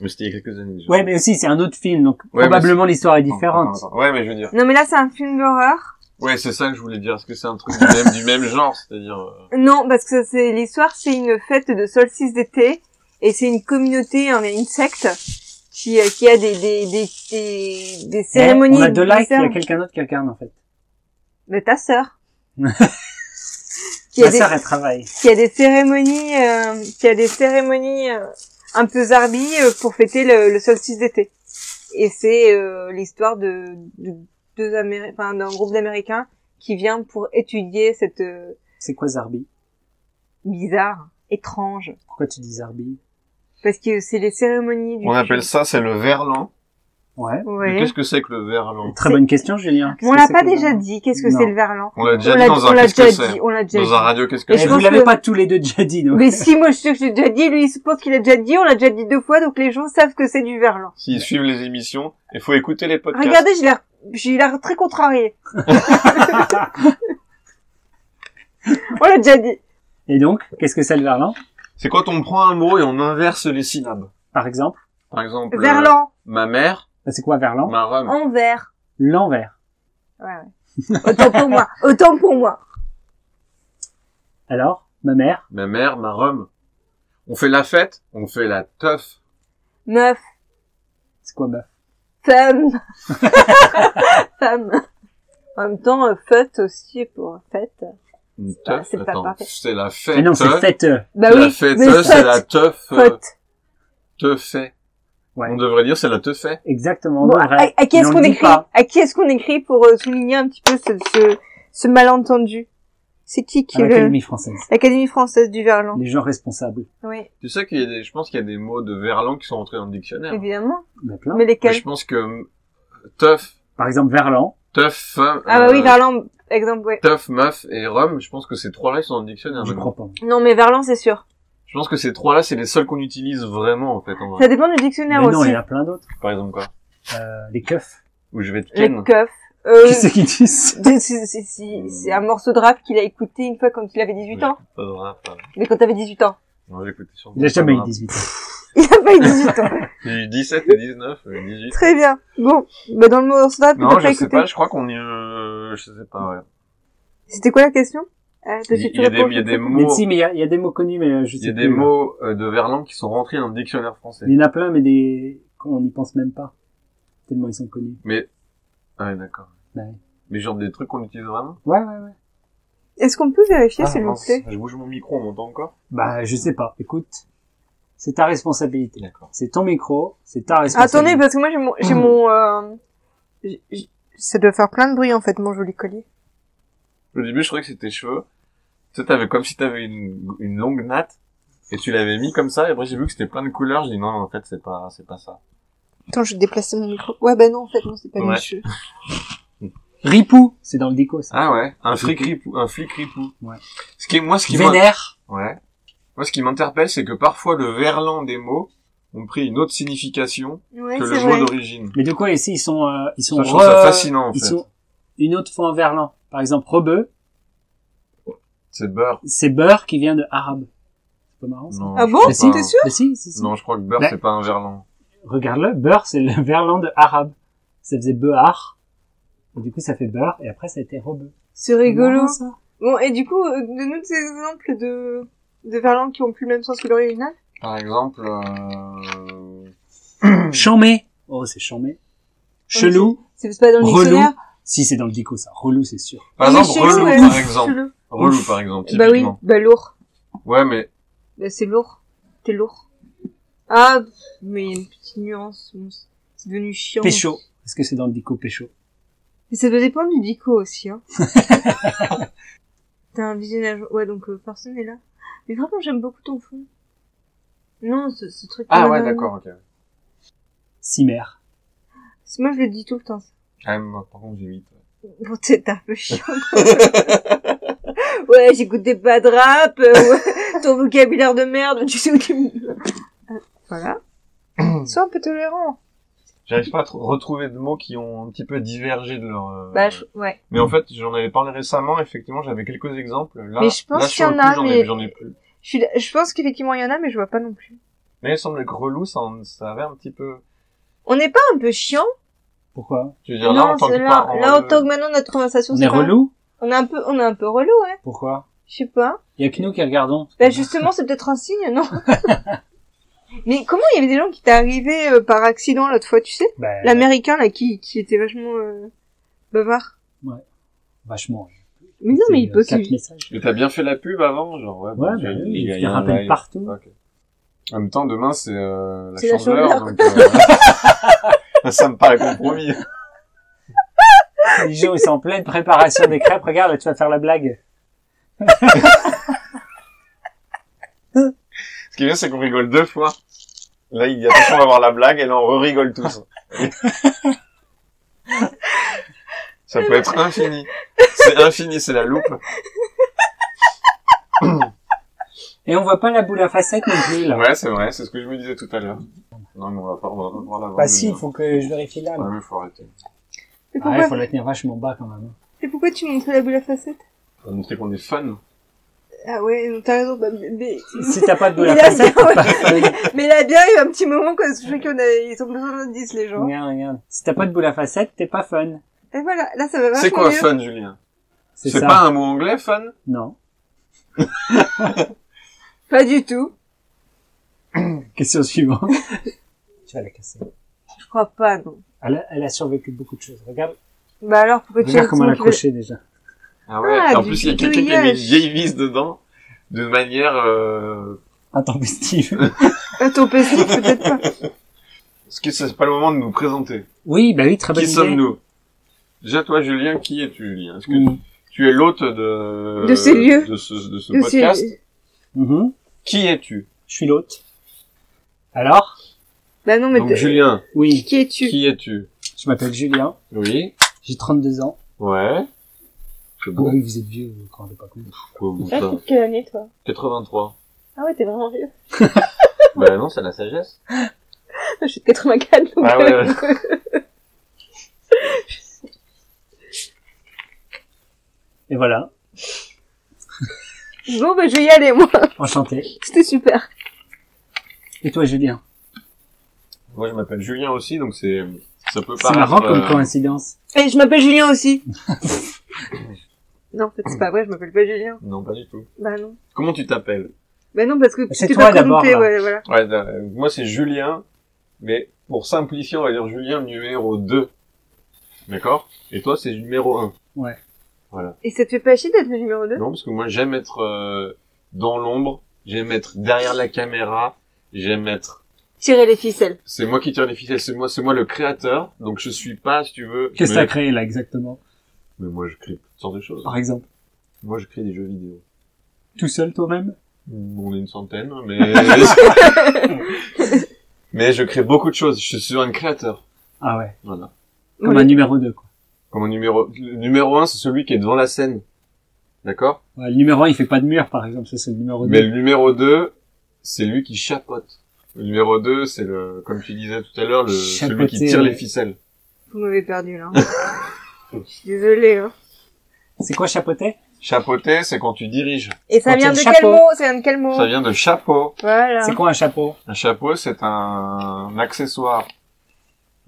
[SPEAKER 1] Mais c'était il y a quelques années. déjà.
[SPEAKER 3] Ouais, mais aussi, c'est un autre film, donc
[SPEAKER 1] Ouais, mais
[SPEAKER 3] probablement l'histoire est
[SPEAKER 1] Attends,
[SPEAKER 3] différente.
[SPEAKER 1] attends, attends. Ouais, mais je veux dire.
[SPEAKER 2] non, mais là, c'est un film d'horreur.
[SPEAKER 1] Ouais, c'est ça que je voulais dire. Est-ce que c'est un truc du même, du même genre? C'est-à-dire, euh,
[SPEAKER 2] Non, parce que ça, c'est, l'histoire, c'est une fête de solstice d'été, et c'est une communauté, hein, une secte, qui, euh, qui a des, des, des, des, des
[SPEAKER 3] Eh,
[SPEAKER 2] cérémonies.
[SPEAKER 3] On a deux likes, il y a
[SPEAKER 2] bizarres.
[SPEAKER 3] quelqu'un d'autre, quelqu'un, en fait.
[SPEAKER 2] Mais ta sœur. qui, a
[SPEAKER 3] Ma
[SPEAKER 2] des,
[SPEAKER 3] sœur, elle travaille.
[SPEAKER 2] qui a des cérémonies, euh, qui a des cérémonies euh, un peu zarbi euh, pour fêter le, le solstice d'été. Et c'est euh, l'histoire de, de deux Améri- enfin, d'un groupe d'Américains qui vient pour étudier cette euh,
[SPEAKER 3] C'est quoi Zarbi?
[SPEAKER 2] bizarre, étrange,
[SPEAKER 3] Pourquoi tu dis Zarbi? parce
[SPEAKER 2] parce que c'est les cérémonies du.
[SPEAKER 1] on appelle ça, c'est le verlan.
[SPEAKER 3] Ouais.
[SPEAKER 1] Mais
[SPEAKER 2] Ouais.
[SPEAKER 1] Qu'est-ce que c'est que le verlan?
[SPEAKER 3] Très
[SPEAKER 2] C'est-
[SPEAKER 3] bonne question, Julien.
[SPEAKER 2] On l'a pas déjà
[SPEAKER 3] hein.
[SPEAKER 2] dit. Qu'est-ce que
[SPEAKER 3] Non.
[SPEAKER 2] c'est le verlan
[SPEAKER 1] On l'a déjà
[SPEAKER 2] On
[SPEAKER 1] dit
[SPEAKER 2] l'a
[SPEAKER 1] dans
[SPEAKER 2] on
[SPEAKER 1] un
[SPEAKER 2] l'a
[SPEAKER 1] qu'est-ce
[SPEAKER 2] déjà
[SPEAKER 1] que c'est?
[SPEAKER 2] dit. On l'a déjà
[SPEAKER 1] Dans un
[SPEAKER 2] dit.
[SPEAKER 1] radio qu'est-ce
[SPEAKER 2] Et
[SPEAKER 1] que
[SPEAKER 2] je
[SPEAKER 3] Et
[SPEAKER 1] c'est?
[SPEAKER 3] Eh, vous
[SPEAKER 2] pense
[SPEAKER 3] l'avez
[SPEAKER 2] que-
[SPEAKER 3] pas tous les deux déjà dit, donc.
[SPEAKER 2] Mais si, moi je suis sûr que j'ai déjà dit. Lui, il se pense qu'il a déjà dit. On l'a déjà dit deux fois, donc les gens savent que c'est du verlan.
[SPEAKER 1] S'ils suivent les émissions, il faut écouter les podcasts.
[SPEAKER 2] Regardez, j'ai l'air, j'ai l'air très contrarié. On l'a déjà dit.
[SPEAKER 3] Et donc, qu'est-ce que c'est le verlan
[SPEAKER 1] C'est quand on prend un mot et on inverse les syllabes.
[SPEAKER 3] Par exemple, bah,
[SPEAKER 1] Par exemple, euh,
[SPEAKER 2] Verlan,
[SPEAKER 1] ma mère,
[SPEAKER 3] c'est quoi Verlan
[SPEAKER 1] ma rhum.
[SPEAKER 2] envers.
[SPEAKER 3] L'envers.
[SPEAKER 2] Ouais, ouais. Autant pour moi, autant pour moi.
[SPEAKER 3] Alors, ma mère,
[SPEAKER 1] Ma mère, ma rhum. On fait la fête, on fait la teuf.
[SPEAKER 2] Meuf,
[SPEAKER 3] c'est quoi meuf
[SPEAKER 2] femme. femme. En même temps, euh, fête aussi pour fête.
[SPEAKER 1] Une
[SPEAKER 2] pas-
[SPEAKER 1] teuf,
[SPEAKER 2] Ah, c'est pas
[SPEAKER 1] attends,
[SPEAKER 2] parfait.
[SPEAKER 1] c'est la fête.
[SPEAKER 3] Mais non, c'est fête. euh,
[SPEAKER 2] Bah
[SPEAKER 1] la
[SPEAKER 2] oui,
[SPEAKER 1] fête,
[SPEAKER 2] mais
[SPEAKER 1] c'est la
[SPEAKER 2] fête.
[SPEAKER 1] teuf. euh,
[SPEAKER 2] Fête.
[SPEAKER 1] teufée.
[SPEAKER 3] Ouais.
[SPEAKER 1] On devrait dire c'est la teufée.
[SPEAKER 3] Exactement.
[SPEAKER 2] Bon,
[SPEAKER 3] le
[SPEAKER 2] à,
[SPEAKER 3] vrai.
[SPEAKER 2] à qui
[SPEAKER 3] Mais
[SPEAKER 2] est-ce
[SPEAKER 3] on
[SPEAKER 2] qu'on
[SPEAKER 3] le dit
[SPEAKER 2] écrit
[SPEAKER 3] pas.
[SPEAKER 2] À qui est-ce qu'on écrit pour euh, souligner un petit peu ce, ce, ce malentendu C'est qui qui
[SPEAKER 3] À
[SPEAKER 2] est le...
[SPEAKER 3] l'Académie française.
[SPEAKER 2] L'Académie française du Verlan.
[SPEAKER 3] Les gens responsables.
[SPEAKER 2] Oui,
[SPEAKER 1] Tu sais qu'il y a des, je pense qu'il y a des mots de verlan qui sont rentrés dans le dictionnaire.
[SPEAKER 2] évidemment.
[SPEAKER 3] Il y en a Bah, plein.
[SPEAKER 2] Mais
[SPEAKER 1] Mais
[SPEAKER 2] lesquels
[SPEAKER 1] je pense que euh, teuf,
[SPEAKER 3] Par exemple, Verlan.
[SPEAKER 1] teuf, euh,
[SPEAKER 2] Ah bah oui, Verlan, exemple, ouais.
[SPEAKER 1] teuf, meuf et rhum, je pense que ces trois-là ils sont dans le dictionnaire.
[SPEAKER 3] Je
[SPEAKER 1] maintenant.
[SPEAKER 3] crois pas.
[SPEAKER 2] Non, mais Verlan, c'est sûr.
[SPEAKER 1] Je pense que ces trois-là, c'est les seuls qu'on utilise vraiment, en fait, en vrai.
[SPEAKER 2] Ça dépend du
[SPEAKER 3] Mais
[SPEAKER 2] dictionnaire
[SPEAKER 3] non,
[SPEAKER 2] aussi.
[SPEAKER 3] il y en a plein d'autres.
[SPEAKER 1] Par exemple, quoi.
[SPEAKER 3] Euh, les keufs.
[SPEAKER 1] Ou je vais te
[SPEAKER 2] Les
[SPEAKER 1] ken.
[SPEAKER 2] keufs. Euh,
[SPEAKER 3] Qui c'est qui dit ça
[SPEAKER 2] c'est- c'est- c'est- c'est c'est un morceau de rap qu'il a écouté une fois quand il avait 18 ans.
[SPEAKER 1] Pas de rap, pas de-
[SPEAKER 2] Mais quand t'avais 18 ans.
[SPEAKER 1] Non, j'écoutais sûrement
[SPEAKER 3] Il a
[SPEAKER 1] pas de
[SPEAKER 3] jamais eu
[SPEAKER 1] rap.
[SPEAKER 3] 18 ans.
[SPEAKER 2] Il a pas eu 18 ans.
[SPEAKER 1] J'ai eu 17 et 19, euh, 18.
[SPEAKER 2] Très bien. Bon, bah dans le morceau de rap,
[SPEAKER 1] Non,
[SPEAKER 2] t'as
[SPEAKER 1] je
[SPEAKER 2] pas
[SPEAKER 1] sais
[SPEAKER 2] écouté.
[SPEAKER 1] pas, je crois qu'on y, euh, je sais pas, ouais.
[SPEAKER 2] C'était quoi la question euh,
[SPEAKER 1] Il y, il y a des, il y a des
[SPEAKER 3] Mais
[SPEAKER 1] mots,
[SPEAKER 3] si, mais il y a, il y a des mots connus, mais euh, je
[SPEAKER 1] il
[SPEAKER 3] sais
[SPEAKER 1] y a des
[SPEAKER 3] plus.
[SPEAKER 1] mots euh, de verlan qui sont rentrés dans le dictionnaire français.
[SPEAKER 3] Il y en a plein, mais des, qu'on n'y pense même pas. Tellement ils sont connus.
[SPEAKER 1] Mais, ah ouais, d'accord.
[SPEAKER 3] Ouais.
[SPEAKER 1] Mais genre des trucs qu'on utilise vraiment?
[SPEAKER 3] Ouais, ouais, ouais.
[SPEAKER 2] Est-ce qu'on peut vérifier,
[SPEAKER 1] Ah,
[SPEAKER 2] s'il vous
[SPEAKER 1] mince,
[SPEAKER 2] plaît
[SPEAKER 1] Je bouge mon micro, on m'entend encore?
[SPEAKER 3] Bah, je sais pas. Écoute, c'est ta responsabilité.
[SPEAKER 1] D'accord.
[SPEAKER 3] C'est ton micro, c'est ta responsabilité.
[SPEAKER 2] Attendez, parce que moi j'ai mon... J'ai mon euh, j'ai- j'ai- Ça doit faire plein de bruit, en fait, mon joli collier.
[SPEAKER 1] Au début, je croyais que c'était cheveux. Tu sais, t'avais comme si t'avais une, une longue natte. Et tu l'avais mis comme ça, et après j'ai vu que c'était plein de couleurs, j'ai dit non, en fait c'est pas, c'est pas ça.
[SPEAKER 2] Attends, je vais déplacer mon micro. Ouais, bah non, en fait, non, c'est pas
[SPEAKER 1] Ouais.
[SPEAKER 2] mes cheveux.
[SPEAKER 3] Ripou, c'est dans le déco, ça.
[SPEAKER 1] Ah ouais, un flic ripou, un flic ripou.
[SPEAKER 3] Ouais.
[SPEAKER 1] Ce qui est, moi, ce qui m'in-
[SPEAKER 3] Vénère.
[SPEAKER 1] ouais. Moi, ce qui m'interpelle, c'est que parfois le verlan des mots ont pris une autre signification
[SPEAKER 2] Ouais,
[SPEAKER 1] que
[SPEAKER 2] c'est
[SPEAKER 1] le mot
[SPEAKER 2] vrai.
[SPEAKER 1] d'origine.
[SPEAKER 3] Mais de quoi ici, ils sont, euh, ils sont,
[SPEAKER 1] Ça, je trouve ça
[SPEAKER 3] re-
[SPEAKER 1] fascinant, en
[SPEAKER 3] ils
[SPEAKER 1] fait.
[SPEAKER 3] sont une autre fois en verlan. Par exemple, rebeu,
[SPEAKER 1] C'est beurre.
[SPEAKER 3] c'est beurre qui vient de arabe. C'est pas marrant, ça?
[SPEAKER 1] Non,
[SPEAKER 2] Ah
[SPEAKER 1] je
[SPEAKER 2] bon
[SPEAKER 1] crois
[SPEAKER 3] Mais si,
[SPEAKER 1] pas.
[SPEAKER 2] t'es sûr Bah.
[SPEAKER 3] Mais si, si, si.
[SPEAKER 1] Non, je crois que beurre,
[SPEAKER 3] Ouais.
[SPEAKER 1] c'est pas un verlan.
[SPEAKER 3] Regarde-le, beurre, c'est le verlan de arabe. Ça faisait beurre. Et du coup, ça fait beurre, et après, ça a été rebeu.
[SPEAKER 2] C'est rigolo.
[SPEAKER 3] Marrant, ça.
[SPEAKER 2] Bon, et du coup, euh, donne-nous des exemples de, de verlan qui ont plus le même sens que l'original.
[SPEAKER 1] Par exemple,
[SPEAKER 2] Ah,
[SPEAKER 1] euh...
[SPEAKER 3] Chamé. Oh, c'est chamé. Chelou.
[SPEAKER 2] C'est c'est pas dans le
[SPEAKER 3] Relou.
[SPEAKER 2] dictionnaire.
[SPEAKER 3] Si, c'est dans le dico, ça. Relou, c'est sûr.
[SPEAKER 1] par
[SPEAKER 2] Non, mais
[SPEAKER 1] exemple,
[SPEAKER 2] chelou,
[SPEAKER 1] relou,
[SPEAKER 2] ouais.
[SPEAKER 1] par exemple.
[SPEAKER 2] Chelou.
[SPEAKER 1] Relou, par exemple,
[SPEAKER 2] Bah oui,
[SPEAKER 1] typiquement.
[SPEAKER 2] bah lourd.
[SPEAKER 1] Ouais, mais
[SPEAKER 2] Bah c'est lourd. T'es lourd. Ah, pff, mais il y a une petite nuance. bon, c'est- C'est devenu chiant.
[SPEAKER 3] Pécho. Est-ce que c'est dans le dico pécho?
[SPEAKER 2] Mais ça doit dépendre du dico aussi, hein. T'as un visionnage. Ouais, donc euh, personne est là. Mais vraiment, j'aime beaucoup ton fond. Non, ce, ce truc.
[SPEAKER 1] Ah
[SPEAKER 2] qu'on a
[SPEAKER 1] ouais,
[SPEAKER 2] dans le-
[SPEAKER 1] d'accord, ok.
[SPEAKER 3] Cimère.
[SPEAKER 2] C'est- Moi, je le dis tout le temps. ça.
[SPEAKER 1] Ah, moi, par contre, j'ai vite.
[SPEAKER 2] Bon, t'es t'es un peu chiant. ouais, j'écoute des pas de rap. euh, ouais, ton vocabulaire de merde, tu sais où tu me- Euh, Voilà. Sois un peu tolérant.
[SPEAKER 1] J'arrive pas à tr- retrouver de mots qui ont un petit peu divergé de leur... euh,
[SPEAKER 2] Bah, je- ouais.
[SPEAKER 1] Mais en fait, j'en avais parlé récemment, effectivement, j'avais quelques exemples. Là,
[SPEAKER 2] Mais je pense
[SPEAKER 1] là, sur
[SPEAKER 2] qu'il y
[SPEAKER 1] le
[SPEAKER 2] en
[SPEAKER 1] coup,
[SPEAKER 2] a,
[SPEAKER 1] j'en ai-
[SPEAKER 2] mais-
[SPEAKER 1] J'en ai plus.
[SPEAKER 2] Je, suis, je pense qu'effectivement il y en a, mais je vois pas non plus.
[SPEAKER 1] Mais il me semble que relou, ça, en- ça avait un petit peu...
[SPEAKER 2] On n'est pas un peu chiant
[SPEAKER 3] Pourquoi?
[SPEAKER 1] Tu veux dire, là, en tant
[SPEAKER 2] c'est
[SPEAKER 1] que
[SPEAKER 2] là,
[SPEAKER 1] parent...
[SPEAKER 2] là, en
[SPEAKER 1] euh,
[SPEAKER 2] tant que maintenant notre conversation,
[SPEAKER 3] On
[SPEAKER 2] c'est
[SPEAKER 3] est
[SPEAKER 2] pas-
[SPEAKER 3] relou?
[SPEAKER 2] On est un peu, on est un peu relou, ouais.
[SPEAKER 3] Pourquoi?
[SPEAKER 2] Je sais pas.
[SPEAKER 3] Il y a que nous qui regardons.
[SPEAKER 2] Bah justement, c'est peut-être un signe, non Mais comment il y avait des gens qui t'est arrivé euh, par accident l'autre fois, tu sais
[SPEAKER 3] Bah,
[SPEAKER 2] L'américain là qui qui était vachement euh, bavard.
[SPEAKER 3] vachement. euh,
[SPEAKER 2] Mais non, mais il peut
[SPEAKER 3] Quatre messages.
[SPEAKER 1] Mais t'as bien fait la pub avant, genre, ouais.
[SPEAKER 3] Ouais,
[SPEAKER 1] bon,
[SPEAKER 3] bah
[SPEAKER 1] j'ai-
[SPEAKER 3] oui,
[SPEAKER 1] il y a-
[SPEAKER 3] je
[SPEAKER 1] il
[SPEAKER 3] te
[SPEAKER 1] y a un
[SPEAKER 3] rappelle
[SPEAKER 1] live.
[SPEAKER 3] partout.
[SPEAKER 1] Ok. En même temps, demain, c'est euh,
[SPEAKER 2] C'est
[SPEAKER 1] la
[SPEAKER 2] la
[SPEAKER 1] chandeleur,
[SPEAKER 2] chandeleur.
[SPEAKER 1] donc... euh, ça me paraît compromis.
[SPEAKER 3] Les gens, ils sont en pleine préparation des crêpes. Regarde, là, tu vas faire la blague.
[SPEAKER 1] Ce qui est bien, c'est qu'on rigole deux fois. Là, il y a attention, on va avoir la blague, et là, on rigole tous. Ça peut être infini. C'est infini, c'est la loupe.
[SPEAKER 3] Et on voit pas la boule à facettes non plus, là.
[SPEAKER 1] Ouais, c'est vrai, c'est ce que je me disais tout à l'heure. Non, mais on va pas, on va pas pouvoir hein. la voir.
[SPEAKER 3] Bah si, il faut que je vérifie là.
[SPEAKER 1] Ouais,
[SPEAKER 3] là.
[SPEAKER 1] mais faut arrêter.
[SPEAKER 2] Et pourquoi,
[SPEAKER 3] Ah, il faut la tenir vachement bas quand même.
[SPEAKER 2] et pourquoi tu montrais la boule à facettes
[SPEAKER 1] On va montrer qu'on est fun.
[SPEAKER 2] Ah ouais, t'as raison. Bah, mais...
[SPEAKER 3] Si t'as pas de
[SPEAKER 2] Mais
[SPEAKER 3] douleur
[SPEAKER 2] là,
[SPEAKER 3] comme ça,
[SPEAKER 2] bien,
[SPEAKER 3] t'as
[SPEAKER 2] ouais.
[SPEAKER 3] pas faim.
[SPEAKER 2] mais là, bien, il y a un petit moment que je sais qu'on a, ils ont besoin d'indices, les gens.
[SPEAKER 3] Regarde, regarde. Si t'as pas de boule à facettes, t'es pas fun.
[SPEAKER 2] Et voilà, là, ça va vachement
[SPEAKER 1] C'est quoi
[SPEAKER 2] mieux.
[SPEAKER 1] fun, Julien
[SPEAKER 3] C'est
[SPEAKER 1] C'est
[SPEAKER 3] ça.
[SPEAKER 1] pas un mot anglais, fun
[SPEAKER 3] Non.
[SPEAKER 2] Pas du tout.
[SPEAKER 3] Question suivante. tu vas la casser.
[SPEAKER 2] Je crois pas, non.
[SPEAKER 3] Elle a, elle a survécu beaucoup de choses. Regarde,
[SPEAKER 2] Bah alors, pourquoi tu
[SPEAKER 3] regarde
[SPEAKER 2] as
[SPEAKER 3] comment elle a
[SPEAKER 2] dit que-
[SPEAKER 3] accroché déjà.
[SPEAKER 1] Ah ouais,
[SPEAKER 2] Ah,
[SPEAKER 1] et en
[SPEAKER 2] du
[SPEAKER 1] plus il y a quelqu'un qui a mis une
[SPEAKER 2] bidouillage.
[SPEAKER 1] vieille vis dedans, de manière... Euh...
[SPEAKER 3] Intempestive.
[SPEAKER 2] Ah, ton PC, peut-être pas.
[SPEAKER 1] Est-ce que c'est pas le moment de nous présenter
[SPEAKER 3] oui, bah oui, très bonne
[SPEAKER 1] Qui
[SPEAKER 3] idée.
[SPEAKER 1] sommes-nous Déjà toi, Julien, qui es-tu, Julien Est-ce que
[SPEAKER 3] Mm.
[SPEAKER 1] tu es l'hôte de...
[SPEAKER 2] De ces lieux.
[SPEAKER 1] De ce, de ce
[SPEAKER 2] Je suis-
[SPEAKER 1] podcast.
[SPEAKER 3] Mhm.
[SPEAKER 1] Qui es-tu
[SPEAKER 3] Je suis l'hôte. Alors
[SPEAKER 2] Bah non, mais
[SPEAKER 1] Donc
[SPEAKER 2] t'es-
[SPEAKER 1] Julien,
[SPEAKER 3] Oui,
[SPEAKER 2] qui es-tu
[SPEAKER 1] qui es-tu
[SPEAKER 3] je m'appelle Julien,
[SPEAKER 1] Oui,
[SPEAKER 3] j'ai 32 ans.
[SPEAKER 1] ouais. C'est
[SPEAKER 3] Ah
[SPEAKER 1] bon,
[SPEAKER 3] Oui, vous êtes vieux, vous vous rendez pas compte.
[SPEAKER 1] pourquoi vous
[SPEAKER 4] Ah,
[SPEAKER 1] ça
[SPEAKER 4] t'es de quelle année, toi
[SPEAKER 1] 83.
[SPEAKER 4] Ah ouais, t'es vraiment vieux.
[SPEAKER 1] bah non, c'est la sagesse.
[SPEAKER 4] Je suis de 84, donc...
[SPEAKER 1] Ah ouais,
[SPEAKER 2] euh,
[SPEAKER 1] ouais.
[SPEAKER 3] Et voilà,
[SPEAKER 2] Bon, bah je vais y aller, moi.
[SPEAKER 3] enchanté.
[SPEAKER 2] C'était super.
[SPEAKER 3] Et toi, Julien
[SPEAKER 1] Moi, je m'appelle Julien aussi, donc c'est... Ça peut
[SPEAKER 3] C'est
[SPEAKER 1] paraître...
[SPEAKER 3] marrant comme
[SPEAKER 1] euh,
[SPEAKER 3] coïncidence.
[SPEAKER 2] Et je m'appelle Julien aussi. non, en fait, c'est pas vrai, je m'appelle pas Julien.
[SPEAKER 1] Non, pas du tout.
[SPEAKER 2] Bah non.
[SPEAKER 1] Comment tu t'appelles
[SPEAKER 2] Bah non, parce que tu
[SPEAKER 3] C'est
[SPEAKER 2] t'es
[SPEAKER 3] toi
[SPEAKER 2] pas
[SPEAKER 3] d'abord,
[SPEAKER 2] présenté,
[SPEAKER 3] là.
[SPEAKER 2] ouais, voilà.
[SPEAKER 1] Ouais, euh, moi c'est Julien, mais pour simplifier, on va dire Julien numéro 2. D'accord Et toi c'est numéro 1.
[SPEAKER 2] Et ça te fait pas chier d'être le numéro 2
[SPEAKER 1] Non, parce que moi j'aime être euh, dans l'ombre, j'aime être derrière la caméra, j'aime être...
[SPEAKER 2] Tirer les ficelles.
[SPEAKER 1] C'est moi qui tire les ficelles, c'est moi, c'est moi le créateur, donc je suis pas, si tu veux...
[SPEAKER 3] Qu'est-ce que
[SPEAKER 1] mais...
[SPEAKER 3] t'as créé là exactement
[SPEAKER 1] mais moi je crée toutes sortes de choses.
[SPEAKER 3] Par exemple,
[SPEAKER 1] Moi je crée des jeux vidéo.
[SPEAKER 3] tout seul toi-même Hmm.
[SPEAKER 1] On est une centaine, mais... mais je crée beaucoup de choses, je suis un créateur.
[SPEAKER 3] Ah ouais,
[SPEAKER 1] Voilà.
[SPEAKER 3] comme
[SPEAKER 2] Ouais.
[SPEAKER 3] un numéro 2 quoi.
[SPEAKER 1] Comment numéro le numéro un c'est celui qui est devant la scène. D'accord
[SPEAKER 3] Ouais, le numéro 1 il fait pas de mur par exemple, ça c'est le numéro 2.
[SPEAKER 1] Mais le numéro 2, c'est lui qui chapote. Le numéro 2, c'est le comme tu disais tout à l'heure, le celui qui
[SPEAKER 3] Chapoter,
[SPEAKER 1] tire
[SPEAKER 3] ouais.
[SPEAKER 1] les ficelles.
[SPEAKER 2] Vous m'avez perdu, là. je suis désolée, hein.
[SPEAKER 3] C'est quoi chapeauter
[SPEAKER 1] Chapoter, c'est quand tu diriges.
[SPEAKER 2] Et ça
[SPEAKER 3] Quand
[SPEAKER 2] vient
[SPEAKER 3] il
[SPEAKER 2] de
[SPEAKER 3] y a le
[SPEAKER 2] quel
[SPEAKER 3] chapeau.
[SPEAKER 2] mot Ça vient de quel mot
[SPEAKER 1] Ça vient de chapeau.
[SPEAKER 2] Voilà.
[SPEAKER 3] C'est quoi un chapeau
[SPEAKER 1] Un chapeau, c'est un accessoire